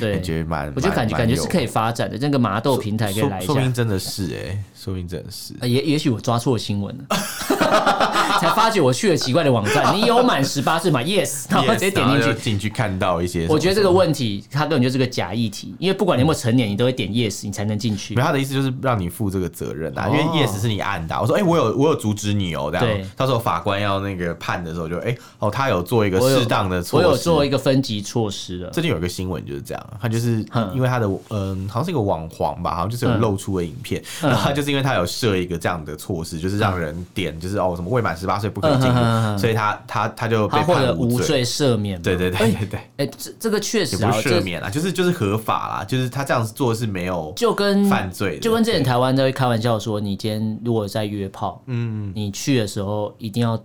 [SPEAKER 2] 对
[SPEAKER 1] 感，觉蛮，
[SPEAKER 2] 我就感觉感觉是可
[SPEAKER 1] 以
[SPEAKER 2] 以发展的，那个麻豆平台可以来
[SPEAKER 1] 说
[SPEAKER 2] 一
[SPEAKER 1] 说
[SPEAKER 2] 下
[SPEAKER 1] 明。真的是哎， 说明真的 是
[SPEAKER 2] 呃也也许我抓错新闻了， 才发觉我去了奇怪的网站。你有满十八岁吗？Yes，然后
[SPEAKER 1] Yes，
[SPEAKER 2] 直接点
[SPEAKER 1] 然后
[SPEAKER 2] 进
[SPEAKER 1] 就
[SPEAKER 2] 去。
[SPEAKER 1] 进去看到一些什么，
[SPEAKER 2] 我觉得这个问题它根本就是个假议题，因为不管你有没有成年，你都会点 yes，你才能进去
[SPEAKER 1] 没。有他的意思就是让你负这个责任啊，
[SPEAKER 2] 哦
[SPEAKER 1] 因为 yes 是你按的啊、我说，哎、我有我有阻止你哦、这
[SPEAKER 2] 对
[SPEAKER 1] 样。到时候法官要那个判的时候就，哎、哦，他有做一个
[SPEAKER 2] 我有
[SPEAKER 1] 适当的措
[SPEAKER 2] 我
[SPEAKER 1] 施。
[SPEAKER 2] 有做一个分级措施了。
[SPEAKER 1] 最近有一个新闻就是这样，他就是
[SPEAKER 2] 嗯
[SPEAKER 1] 因为他的嗯，好像是一个网黄吧，好像就是有
[SPEAKER 2] 嗯
[SPEAKER 1] 露出的影片，
[SPEAKER 2] 嗯
[SPEAKER 1] 然后他就是因为他有设一个这样的措施，就是让人点就是哦什么未满十八岁不可以进
[SPEAKER 2] 嗯
[SPEAKER 1] 入，
[SPEAKER 2] 嗯嗯嗯
[SPEAKER 1] 所以他他他就被
[SPEAKER 2] 他获得
[SPEAKER 1] 判
[SPEAKER 2] 无
[SPEAKER 1] 罪。
[SPEAKER 2] 罪赦免嘛。
[SPEAKER 1] 对对对
[SPEAKER 2] 哎
[SPEAKER 1] 对对，
[SPEAKER 2] 哎，这这个确实
[SPEAKER 1] 也不
[SPEAKER 2] 啊，
[SPEAKER 1] 是
[SPEAKER 2] 这
[SPEAKER 1] 赦免啦，就是就是合法啦，就是他这样子做是没有
[SPEAKER 2] 就跟
[SPEAKER 1] 犯罪的
[SPEAKER 2] 就跟之前台湾在开玩笑说，你今天如果在约炮，嗯，你去的时候一定要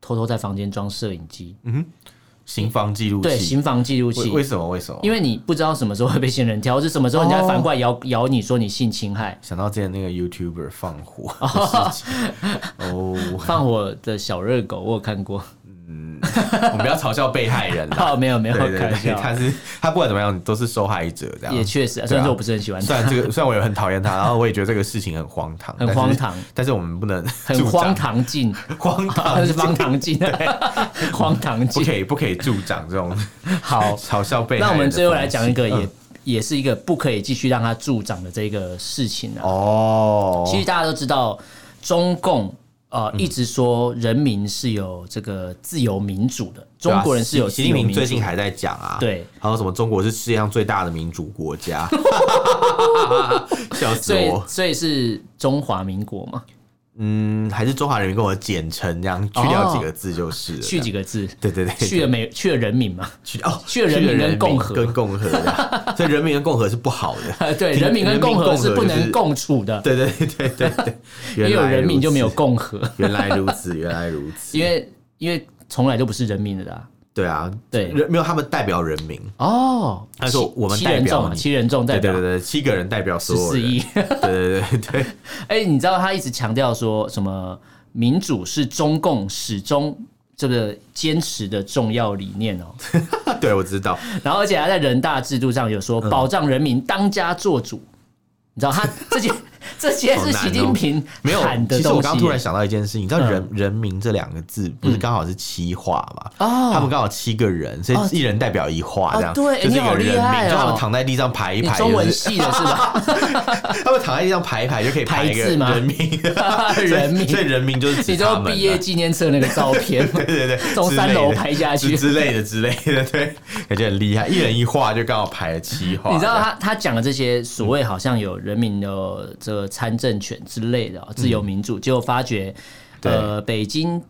[SPEAKER 2] 偷偷在房间装摄影机，
[SPEAKER 1] 刑房记录
[SPEAKER 2] 对，
[SPEAKER 1] 器。
[SPEAKER 2] 刑房记录器
[SPEAKER 1] 为。为什么为什么？
[SPEAKER 2] 因为你不知道什么时候会被仙人跳，或是什么时候人家反过来咬、咬你说你性侵害。
[SPEAKER 1] 想到之前那个 YouTuber 放 火的事情，哦，
[SPEAKER 2] 放火的小热狗，我有 看过。
[SPEAKER 1] 我们不要嘲笑被害人啦。
[SPEAKER 2] 哦，没有没有，
[SPEAKER 1] 对
[SPEAKER 2] 开
[SPEAKER 1] 对
[SPEAKER 2] 玩
[SPEAKER 1] 对，
[SPEAKER 2] 笑。
[SPEAKER 1] 他是他不管怎么样都是受害者这
[SPEAKER 2] 也
[SPEAKER 1] 样。
[SPEAKER 2] 确实啊，虽
[SPEAKER 1] 对啊
[SPEAKER 2] 然说我不是很喜欢
[SPEAKER 1] 虽
[SPEAKER 2] 它，
[SPEAKER 1] 然这个，虽然我也很讨厌他，然后我也觉得这个事情很荒唐，
[SPEAKER 2] 很
[SPEAKER 1] 但是
[SPEAKER 2] 荒唐，
[SPEAKER 1] 但是我们不能
[SPEAKER 2] 很
[SPEAKER 1] 助长
[SPEAKER 2] 荒，唐镜，
[SPEAKER 1] 荒
[SPEAKER 2] 它
[SPEAKER 1] 唐
[SPEAKER 2] 是，荒唐镜， 荒唐
[SPEAKER 1] 不可
[SPEAKER 2] 镜。
[SPEAKER 1] 以不可以助长这 种
[SPEAKER 2] 好，
[SPEAKER 1] 嘲笑被害人的风气。
[SPEAKER 2] 那我们最后来讲一个
[SPEAKER 1] 嗯
[SPEAKER 2] 也、也是一个不可以继续让它助长的这个事情啊。
[SPEAKER 1] 哦，
[SPEAKER 2] 其实大家都知道，中共呃、
[SPEAKER 1] 嗯
[SPEAKER 2] 一直说人民是有这个自由民主的，
[SPEAKER 1] 对
[SPEAKER 2] 中
[SPEAKER 1] 啊
[SPEAKER 2] 国人是有
[SPEAKER 1] 习习
[SPEAKER 2] 自
[SPEAKER 1] 近
[SPEAKER 2] 由民
[SPEAKER 1] 平
[SPEAKER 2] 主
[SPEAKER 1] 最
[SPEAKER 2] 的。
[SPEAKER 1] 近还在讲啊，
[SPEAKER 2] 对，
[SPEAKER 1] 还有什么中国是世界上最大的民主国家， 笑死
[SPEAKER 2] 所以
[SPEAKER 1] 我。
[SPEAKER 2] 所以是中华民国嘛？
[SPEAKER 1] 嗯，还是中华人民共和国简称这样，去掉几个字就是了。
[SPEAKER 2] 哦去几个字？
[SPEAKER 1] 啊对对对，
[SPEAKER 2] 去了美，去了人民嘛？
[SPEAKER 1] 去哦，
[SPEAKER 2] 去了人民跟共和
[SPEAKER 1] 跟共和 的，所以人民跟共和是不好的。
[SPEAKER 2] 对，
[SPEAKER 1] 听
[SPEAKER 2] 人民跟共和是不
[SPEAKER 1] 人民
[SPEAKER 2] 能
[SPEAKER 1] 共
[SPEAKER 2] 共处的，
[SPEAKER 1] 对对对对 对，
[SPEAKER 2] 也
[SPEAKER 1] 原
[SPEAKER 2] 有
[SPEAKER 1] 来
[SPEAKER 2] 人民
[SPEAKER 1] 如此
[SPEAKER 2] 就没有。共和，
[SPEAKER 1] 原来如此，原来如此。
[SPEAKER 2] 因为因为从来就不是人民的啦。
[SPEAKER 1] 对啊，
[SPEAKER 2] 对
[SPEAKER 1] 人没有他们代表人民，
[SPEAKER 2] 哦，
[SPEAKER 1] 他说
[SPEAKER 2] 七
[SPEAKER 1] 我们
[SPEAKER 2] 七
[SPEAKER 1] 代
[SPEAKER 2] 人
[SPEAKER 1] 表
[SPEAKER 2] 众啊，
[SPEAKER 1] 你
[SPEAKER 2] 七人众代
[SPEAKER 1] 对对
[SPEAKER 2] 表
[SPEAKER 1] 对对，七个人代表
[SPEAKER 2] 十
[SPEAKER 1] 所有
[SPEAKER 2] 四
[SPEAKER 1] 人。
[SPEAKER 2] 亿。
[SPEAKER 1] 对对对对，
[SPEAKER 2] 哎，你知道他一直强调说什么？民主是中共始终这个坚持的重要理念哦。
[SPEAKER 1] 对对我知道，
[SPEAKER 2] 然后而且他在人大制度上有说
[SPEAKER 1] 嗯
[SPEAKER 2] 保障人民当家作主，你知 道他这件这些是习近平
[SPEAKER 1] 哦没有
[SPEAKER 2] 喊。的
[SPEAKER 1] 其实我
[SPEAKER 2] 东西耶。
[SPEAKER 1] 刚刚突然想到一件事情，你知道
[SPEAKER 2] 嗯
[SPEAKER 1] 人“人民”这两个字不是刚好是七画嘛？
[SPEAKER 2] 哦
[SPEAKER 1] 他们刚好七个人，所
[SPEAKER 2] 哦
[SPEAKER 1] 以一人代表一画这样，
[SPEAKER 2] 哦对
[SPEAKER 1] 就是一
[SPEAKER 2] 你好
[SPEAKER 1] 个
[SPEAKER 2] 厉
[SPEAKER 1] 人
[SPEAKER 2] 害
[SPEAKER 1] 民，
[SPEAKER 2] 哦
[SPEAKER 1] 就他们躺在地上排一
[SPEAKER 2] 你
[SPEAKER 1] 排，
[SPEAKER 2] 中文
[SPEAKER 1] 就是
[SPEAKER 2] 系的是吧？
[SPEAKER 1] 他们躺在地上排一排就可以排一个
[SPEAKER 2] 排字吗
[SPEAKER 1] 人民，
[SPEAKER 2] 人民
[SPEAKER 1] 所以所以人民就是指
[SPEAKER 2] 你知
[SPEAKER 1] 他
[SPEAKER 2] 道
[SPEAKER 1] 们啊
[SPEAKER 2] 毕业纪念册那个照 片吗？
[SPEAKER 1] 对对对，
[SPEAKER 2] 从
[SPEAKER 1] 之类的
[SPEAKER 2] 三楼排下去
[SPEAKER 1] 之之类的之类的，对，感觉很厉害，一人一画就刚好啊排了七画，
[SPEAKER 2] 你知道
[SPEAKER 1] 这样
[SPEAKER 2] 他他讲的这些所谓好像有人民的这个参政权之类的哦自由民主，结果发觉
[SPEAKER 1] 嗯对
[SPEAKER 2] 呃北京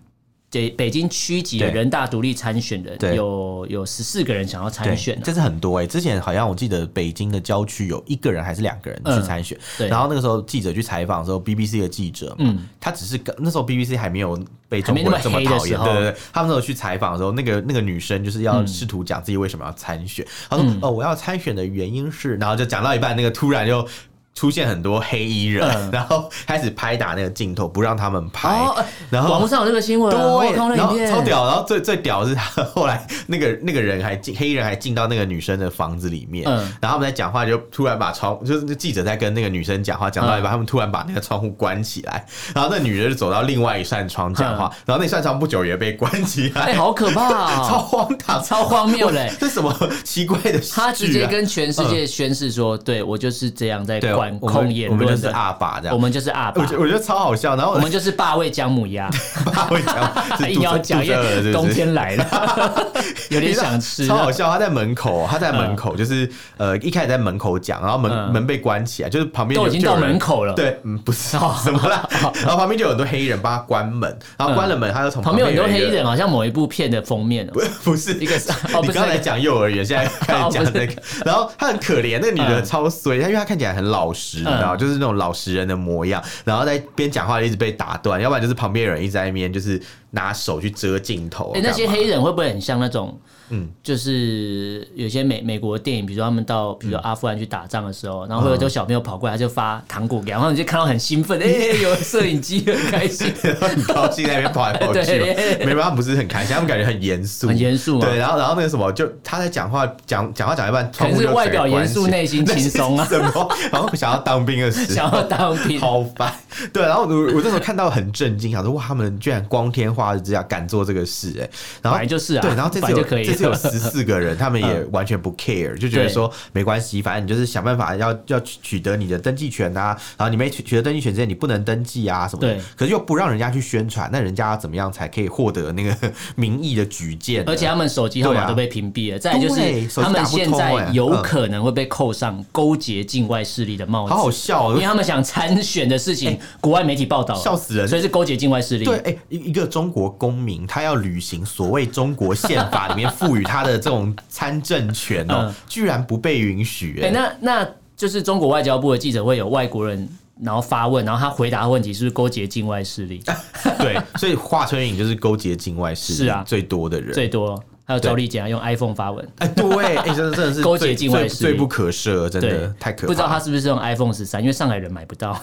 [SPEAKER 2] 北北京区级的
[SPEAKER 1] 对
[SPEAKER 2] 人大独立参选人，
[SPEAKER 1] 对
[SPEAKER 2] 有有十四个人想要参
[SPEAKER 1] 对，
[SPEAKER 2] 选啊、
[SPEAKER 1] 这是很多哎、之前好像我记得北京的郊区有一个人还是两个人去参选、
[SPEAKER 2] 嗯对嗯
[SPEAKER 1] 然后那个时候记者去采访的时候，BBC 的记者嘛，他只是刚那时候 BBC 还没有被中国人这么
[SPEAKER 2] 还没那么
[SPEAKER 1] 讨
[SPEAKER 2] 黑的时
[SPEAKER 1] 厌，
[SPEAKER 2] 候嗯
[SPEAKER 1] 对对对，他们那时候去采访的时候，那个那个女生就是要试图讲自己为什么要参选，她说、哦我要参选的原因是，然后就讲到一半，那个突然就。出现很多黑衣人、 然后开始拍打那个镜头，不让他们拍。
[SPEAKER 2] 嗯哦呃
[SPEAKER 1] 然后
[SPEAKER 2] 网络上有这个新闻啊，我有看到
[SPEAKER 1] 对，然
[SPEAKER 2] 那影
[SPEAKER 1] 后
[SPEAKER 2] 片，
[SPEAKER 1] 超屌，然后最最屌的是 他后来那个那个人还进黑衣人还进到那个女生的房子里面，
[SPEAKER 2] 嗯
[SPEAKER 1] 然后他们在讲话就突然把窗，就是那记者在跟那个女生讲话，讲到一半、
[SPEAKER 2] 嗯
[SPEAKER 1] 他们突然把那个窗户关起来，然后那女的就走到另外一扇窗讲
[SPEAKER 2] 嗯
[SPEAKER 1] 话，然后那扇窗不久也被关起来，
[SPEAKER 2] 哎、好可怕、啊，
[SPEAKER 1] 超荒唐，
[SPEAKER 2] 超荒谬嘞、
[SPEAKER 1] 这什么奇怪的事、啊？
[SPEAKER 2] 他直接跟全世界宣誓说：“对我就是这样在
[SPEAKER 1] 啊对
[SPEAKER 2] 管
[SPEAKER 1] 我们
[SPEAKER 2] 控言
[SPEAKER 1] 我们就
[SPEAKER 2] 论
[SPEAKER 1] 是
[SPEAKER 2] 的，
[SPEAKER 1] 阿爸这
[SPEAKER 2] 我
[SPEAKER 1] 样。
[SPEAKER 2] 们就是阿
[SPEAKER 1] 我
[SPEAKER 2] 爸
[SPEAKER 1] 觉，得我觉得超好笑，然后
[SPEAKER 2] 我们就是霸位姜母鸭。
[SPEAKER 1] 爸会 讲，”是
[SPEAKER 2] 硬哎
[SPEAKER 1] 肚
[SPEAKER 2] 要
[SPEAKER 1] 子
[SPEAKER 2] 讲，
[SPEAKER 1] 肚
[SPEAKER 2] 因
[SPEAKER 1] 子饿了是不
[SPEAKER 2] 为
[SPEAKER 1] 是
[SPEAKER 2] 冬天来了， 有点想
[SPEAKER 1] 你
[SPEAKER 2] 吃啊
[SPEAKER 1] 知道超好笑。他在门口，他在门口，就是呃，一开始在门口讲，然后门、
[SPEAKER 2] 嗯
[SPEAKER 1] 门被关起来，就是旁边
[SPEAKER 2] 都
[SPEAKER 1] 有
[SPEAKER 2] 已经到门。口了。哦
[SPEAKER 1] 就有人，对，嗯，不是，怎么啦？然后旁边就有很多黑衣人帮他关门，然后关了门，他又从
[SPEAKER 2] 嗯旁边有很多黑
[SPEAKER 1] 一
[SPEAKER 2] 衣
[SPEAKER 1] 个，
[SPEAKER 2] 人，好像某一部片的封面哦。
[SPEAKER 1] 不是
[SPEAKER 2] 一个是哦
[SPEAKER 1] 你
[SPEAKER 2] 不是
[SPEAKER 1] 刚才讲幼儿园，现在开始讲
[SPEAKER 2] 哦不
[SPEAKER 1] 那个，然后她很可怜，那个女的
[SPEAKER 2] 嗯
[SPEAKER 1] 超衰，她因为她看起来很老实，你知道，就是那种老实人的模样，然后在边讲话一直被打断，要不然就是旁边有人一直在那边就是拿手去遮镜头啊
[SPEAKER 2] 哎，，那些
[SPEAKER 1] 干嘛
[SPEAKER 2] 黑衣人会不会很像那种？
[SPEAKER 1] 嗯
[SPEAKER 2] 就是有些美美国电影，比如说他们到，比如说阿富汗去打仗的时
[SPEAKER 1] 嗯
[SPEAKER 2] 候，然后会有就小朋友跑过来，他就发糖果给他，然后你就看到很兴
[SPEAKER 1] 嗯
[SPEAKER 2] 奋，哎，有摄影机，很 开 心。
[SPEAKER 1] 很高兴在那边跑来跑去
[SPEAKER 2] 对
[SPEAKER 1] 嘛，没办法，不是很开心，他们感觉很严肃，
[SPEAKER 2] 很严肃啊
[SPEAKER 1] 对，然后然后那个什么，就他在讲话讲讲话讲一半，
[SPEAKER 2] 可
[SPEAKER 1] 窗
[SPEAKER 2] 能
[SPEAKER 1] 户
[SPEAKER 2] 是
[SPEAKER 1] 就
[SPEAKER 2] 外表严
[SPEAKER 1] 直
[SPEAKER 2] 肃，
[SPEAKER 1] 接
[SPEAKER 2] 内心轻松啊
[SPEAKER 1] 关，起来什么？然后想要当兵的时
[SPEAKER 2] 想
[SPEAKER 1] 候。
[SPEAKER 2] 要当兵。
[SPEAKER 1] 好烦，对，然后我我那时候看到很震惊，想说哇，他们居然光天化日之下敢做这个事、哎，然后
[SPEAKER 2] 本来就是啊
[SPEAKER 1] 对，然后这次
[SPEAKER 2] 本来
[SPEAKER 1] 有
[SPEAKER 2] 就可以嗯
[SPEAKER 1] 这次有十四个 人，他们也完全不 care，就觉得说没关系，反正你就是想办法要要取取得你的登记权啊，然后你没取取得登记权之前，你不能登记啊什么的
[SPEAKER 2] 对，
[SPEAKER 1] 可是又不让人家去宣传，那人家要怎么样才可以获得那个 民意的举荐呢？
[SPEAKER 2] 而且他们手机号
[SPEAKER 1] 对
[SPEAKER 2] 码
[SPEAKER 1] 啊
[SPEAKER 2] 都被屏蔽了，再来就
[SPEAKER 1] 对
[SPEAKER 2] 是
[SPEAKER 1] 手机
[SPEAKER 2] 他们
[SPEAKER 1] 打不
[SPEAKER 2] 现
[SPEAKER 1] 通
[SPEAKER 2] 在
[SPEAKER 1] 哎
[SPEAKER 2] 有
[SPEAKER 1] 嗯
[SPEAKER 2] 可能会被扣上勾结境外势力的帽
[SPEAKER 1] 好好
[SPEAKER 2] 子，
[SPEAKER 1] 笑、
[SPEAKER 2] 因为
[SPEAKER 1] 哦。
[SPEAKER 2] 他们想参选的事情，国外媒体报道了
[SPEAKER 1] 笑死人
[SPEAKER 2] 所以是勾结境外势力。
[SPEAKER 1] 对，哎、一一个中国公民，他要履行所谓中国宪法里面赋予他的这种参政权哦、
[SPEAKER 2] 嗯
[SPEAKER 1] 居然不被允许、
[SPEAKER 2] 哎，
[SPEAKER 1] 哎、
[SPEAKER 2] 那那就是中国外交部的记者会有外国人。然后发问，然后他回答问题是不是勾结境外势力
[SPEAKER 1] 哎 对，所以华春莹就是勾结境外势
[SPEAKER 2] 是
[SPEAKER 1] 力
[SPEAKER 2] 啊
[SPEAKER 1] 最多的人，
[SPEAKER 2] 最多？还有赵丽啊佳用 iPhone 发文，
[SPEAKER 1] 哎，对，哎，真的真的是
[SPEAKER 2] 勾结
[SPEAKER 1] 最
[SPEAKER 2] 境外
[SPEAKER 1] 最
[SPEAKER 2] 势力
[SPEAKER 1] 最不可赦，真
[SPEAKER 2] 对
[SPEAKER 1] 的，太可怕了。
[SPEAKER 2] 不知道他是不是用 iPhone 十三，因为上海人买不到。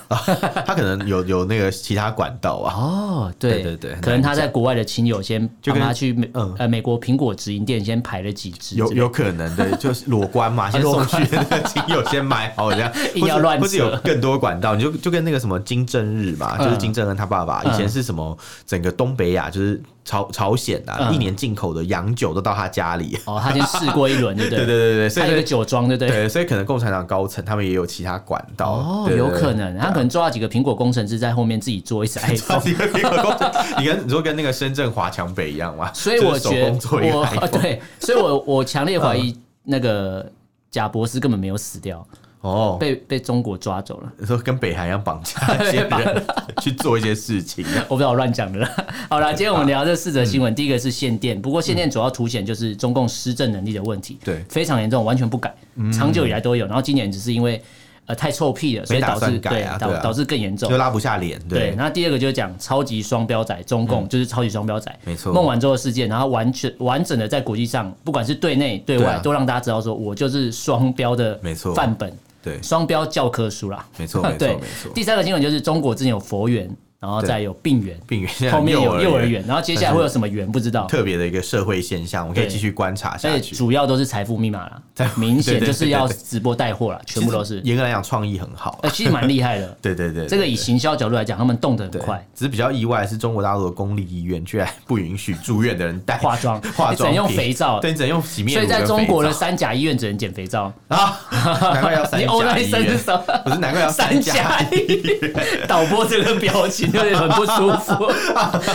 [SPEAKER 1] 他可能有有那个其他管道啊，
[SPEAKER 2] 哦，对
[SPEAKER 1] 对对很
[SPEAKER 2] 可能
[SPEAKER 1] 难
[SPEAKER 2] 他在国外的亲友先
[SPEAKER 1] 就
[SPEAKER 2] 帮
[SPEAKER 1] 跟
[SPEAKER 2] 他去美
[SPEAKER 1] 嗯
[SPEAKER 2] 呃美国苹果直营店先排了几只之类
[SPEAKER 1] 有
[SPEAKER 2] 的，哦
[SPEAKER 1] 有可能 的，就是裸官嘛，先送去 那个亲友先买好 这样，
[SPEAKER 2] 硬要
[SPEAKER 1] 或是
[SPEAKER 2] 乱
[SPEAKER 1] 或是
[SPEAKER 2] 扯嗯
[SPEAKER 1] 有更多管道，你就就跟那个什么金正日嘛，就是金正恩他爸爸以前是什么整个东北亚就是朝朝鲜啊，
[SPEAKER 2] 嗯
[SPEAKER 1] 一年进口的洋酒都到他家里，
[SPEAKER 2] 哦，他先试过一 轮，对不
[SPEAKER 1] 对对
[SPEAKER 2] 对？
[SPEAKER 1] 对对，所
[SPEAKER 2] 他有一个
[SPEAKER 1] 以。
[SPEAKER 2] 酒庄，对不对？
[SPEAKER 1] 对，所以可能共产党高层他们也有其他管道，
[SPEAKER 2] 哦，
[SPEAKER 1] 对
[SPEAKER 2] 有
[SPEAKER 1] 对对啊
[SPEAKER 2] 可能，他可能抓到几个苹果工程师在后面自 己做一台
[SPEAKER 1] 超
[SPEAKER 2] iPhone。
[SPEAKER 1] 级苹果工程， 你跟你说跟那个深圳华强北一样嘛？
[SPEAKER 2] 所以我
[SPEAKER 1] 就是
[SPEAKER 2] 觉
[SPEAKER 1] 手
[SPEAKER 2] 得
[SPEAKER 1] 工做一个
[SPEAKER 2] 我啊
[SPEAKER 1] iPhone 嗯
[SPEAKER 2] 对，所以我我强烈怀疑那个贾博士根本没有死掉，
[SPEAKER 1] 哦，
[SPEAKER 2] 被被中国抓走了。
[SPEAKER 1] 你说跟北韩一样绑 架一些人 去做一些事情，啊
[SPEAKER 2] 我不知道我乱讲的啦。 好啦，今天我们聊这四则新
[SPEAKER 1] 嗯
[SPEAKER 2] 闻，第一个是限电，不过限电主要凸显就是中共施政能力的问题，
[SPEAKER 1] 对嗯
[SPEAKER 2] 非常严重，完全不改，长久以来都有。然后今年只是因为呃太臭屁了，所以
[SPEAKER 1] 没打
[SPEAKER 2] 导
[SPEAKER 1] 算
[SPEAKER 2] 致
[SPEAKER 1] 改啊
[SPEAKER 2] 导
[SPEAKER 1] 对啊
[SPEAKER 2] 导致更严重
[SPEAKER 1] 就。拉不下脸，
[SPEAKER 2] 对，
[SPEAKER 1] 对，嗯
[SPEAKER 2] 那第二个就是讲超级双标仔，中共就是超级双标仔，
[SPEAKER 1] 没错
[SPEAKER 2] 孟晚舟的事件，然后完全完整的在国际上，不管是对内对
[SPEAKER 1] 对
[SPEAKER 2] 外，
[SPEAKER 1] 啊
[SPEAKER 2] 都让大家知道说我就是双标的，
[SPEAKER 1] 没错
[SPEAKER 2] 范本，
[SPEAKER 1] 对
[SPEAKER 2] 双标教科书啦，
[SPEAKER 1] 没错没错
[SPEAKER 2] 对
[SPEAKER 1] 没错
[SPEAKER 2] 第三个新闻就是中国之前有佛缘，然后
[SPEAKER 1] 对
[SPEAKER 2] 再有病源，
[SPEAKER 1] 并
[SPEAKER 2] 后面有幼
[SPEAKER 1] 幼
[SPEAKER 2] 儿
[SPEAKER 1] 儿
[SPEAKER 2] 园，然后接下来会有什么园不知道。
[SPEAKER 1] 特别的一个社会现象，我们可以
[SPEAKER 2] 对
[SPEAKER 1] 继续观察下
[SPEAKER 2] 而且
[SPEAKER 1] 去。
[SPEAKER 2] 主要都是财富密码啦，明显
[SPEAKER 1] 对对
[SPEAKER 2] 就是要
[SPEAKER 1] 对对
[SPEAKER 2] 直播带货啦，全部都是
[SPEAKER 1] 其实。严格来讲，创意很好。
[SPEAKER 2] 呃，，其实蛮厉害的
[SPEAKER 1] 对 对对，
[SPEAKER 2] 这个以
[SPEAKER 1] 对
[SPEAKER 2] 行销角度来讲，他们动得很
[SPEAKER 1] 对
[SPEAKER 2] 快，
[SPEAKER 1] 只是比较意外的是中国大陆的公立医院居然不允许住院的人带
[SPEAKER 2] 化妆
[SPEAKER 1] 化
[SPEAKER 2] 你只
[SPEAKER 1] 妆
[SPEAKER 2] 能用
[SPEAKER 1] 品
[SPEAKER 2] 肥皂
[SPEAKER 1] 对，你只能用洗面
[SPEAKER 2] 所
[SPEAKER 1] 乳
[SPEAKER 2] 以
[SPEAKER 1] 跟肥皂。
[SPEAKER 2] 在中国的三甲医院只能捡肥皂。
[SPEAKER 1] 啊， 难怪要三
[SPEAKER 2] 你欧
[SPEAKER 1] 甲
[SPEAKER 2] 那
[SPEAKER 1] 医
[SPEAKER 2] 一声是
[SPEAKER 1] 院，
[SPEAKER 2] 什么？
[SPEAKER 1] 不是难怪要
[SPEAKER 2] 三
[SPEAKER 1] 甲
[SPEAKER 2] 甲医 院导播这个表情有点很不舒 服，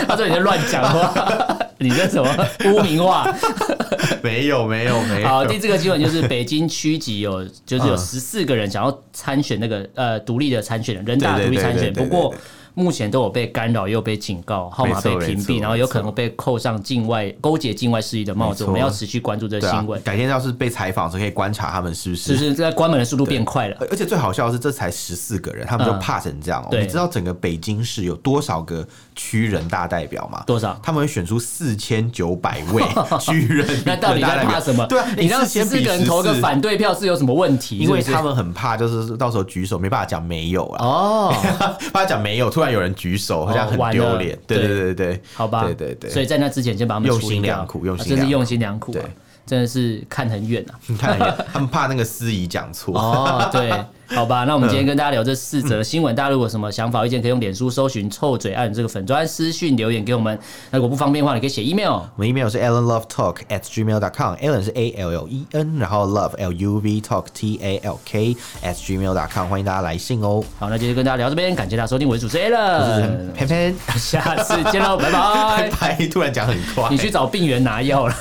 [SPEAKER 2] 他说你在乱讲话，你这什么污名化？
[SPEAKER 1] 没有没有没有。
[SPEAKER 2] 好，第四个新闻就是北京区 级有，就是有
[SPEAKER 1] 嗯
[SPEAKER 2] 十四个人想要参选那个呃独立的参选人，人大
[SPEAKER 1] 对
[SPEAKER 2] 独
[SPEAKER 1] 对
[SPEAKER 2] 立参
[SPEAKER 1] 对
[SPEAKER 2] 选，
[SPEAKER 1] 对
[SPEAKER 2] 不
[SPEAKER 1] 对
[SPEAKER 2] 过
[SPEAKER 1] 对。
[SPEAKER 2] 目前都有被干扰，又被警告，号码被
[SPEAKER 1] 没错
[SPEAKER 2] 屏
[SPEAKER 1] 没
[SPEAKER 2] 蔽，
[SPEAKER 1] 错
[SPEAKER 2] 然后有可能被扣上境外勾结境外势力的帽子。
[SPEAKER 1] 没错
[SPEAKER 2] 我们要持续关注这
[SPEAKER 1] 对
[SPEAKER 2] 个
[SPEAKER 1] 啊
[SPEAKER 2] 新闻，，
[SPEAKER 1] 改天要是被采访的时候，可以观察他们是不
[SPEAKER 2] 是不是在关门的速度变快了？
[SPEAKER 1] 而而且最好笑的是，这才十四个人，他们就
[SPEAKER 2] 嗯
[SPEAKER 1] 怕成这样哦、
[SPEAKER 2] 对
[SPEAKER 1] 你知道整个北京市有多少个区人大代表吗？
[SPEAKER 2] 多少
[SPEAKER 1] 他们会选出四千九百 位区人
[SPEAKER 2] 那到底
[SPEAKER 1] 大代
[SPEAKER 2] 在
[SPEAKER 1] 表
[SPEAKER 2] 怕什么？
[SPEAKER 1] 对啊，
[SPEAKER 2] 你让十
[SPEAKER 1] 四
[SPEAKER 2] 四个人投个，反对票是有什么问题？
[SPEAKER 1] 因为
[SPEAKER 2] 是不是
[SPEAKER 1] 他们很怕，就是到时候举手没办法讲没有啊，
[SPEAKER 2] 哦，
[SPEAKER 1] 怕讲没有，突然有人举手，好像很
[SPEAKER 2] 完
[SPEAKER 1] 丢
[SPEAKER 2] 了
[SPEAKER 1] 脸。对对
[SPEAKER 2] 对
[SPEAKER 1] 对对对，
[SPEAKER 2] 好吧，
[SPEAKER 1] 对对对
[SPEAKER 2] 所以在那之前先把他们
[SPEAKER 1] 用
[SPEAKER 2] 处理
[SPEAKER 1] 心
[SPEAKER 2] 掉
[SPEAKER 1] 良苦用
[SPEAKER 2] 啊
[SPEAKER 1] 心
[SPEAKER 2] 真是
[SPEAKER 1] 良
[SPEAKER 2] 用心良苦啊
[SPEAKER 1] 对，
[SPEAKER 2] 真的是看很远啊。
[SPEAKER 1] 你看，他们怕那个司仪讲错。
[SPEAKER 2] 哦，对，好吧，那我们今天跟大家聊这四则新闻，大家如果有什么想法、意见，可以用脸书搜寻“臭嘴案”这个粉专私讯留言给我们。那如果不方便的话，你可以写 email。
[SPEAKER 1] 我们 email 是 allenlovetalk at gmail dot com，allen 是 a l l e n，然后 love l u v talk t a l k at gmail dot com，欢迎大家来信哦。
[SPEAKER 2] 好，那今天跟大家聊这边，感谢大家收听，我是主持人 Alan，
[SPEAKER 1] 潘潘，
[SPEAKER 2] 下次见喽，拜
[SPEAKER 1] 拜
[SPEAKER 2] 拜。
[SPEAKER 1] 拜，突然讲很快
[SPEAKER 2] 你。去找病源拿药了。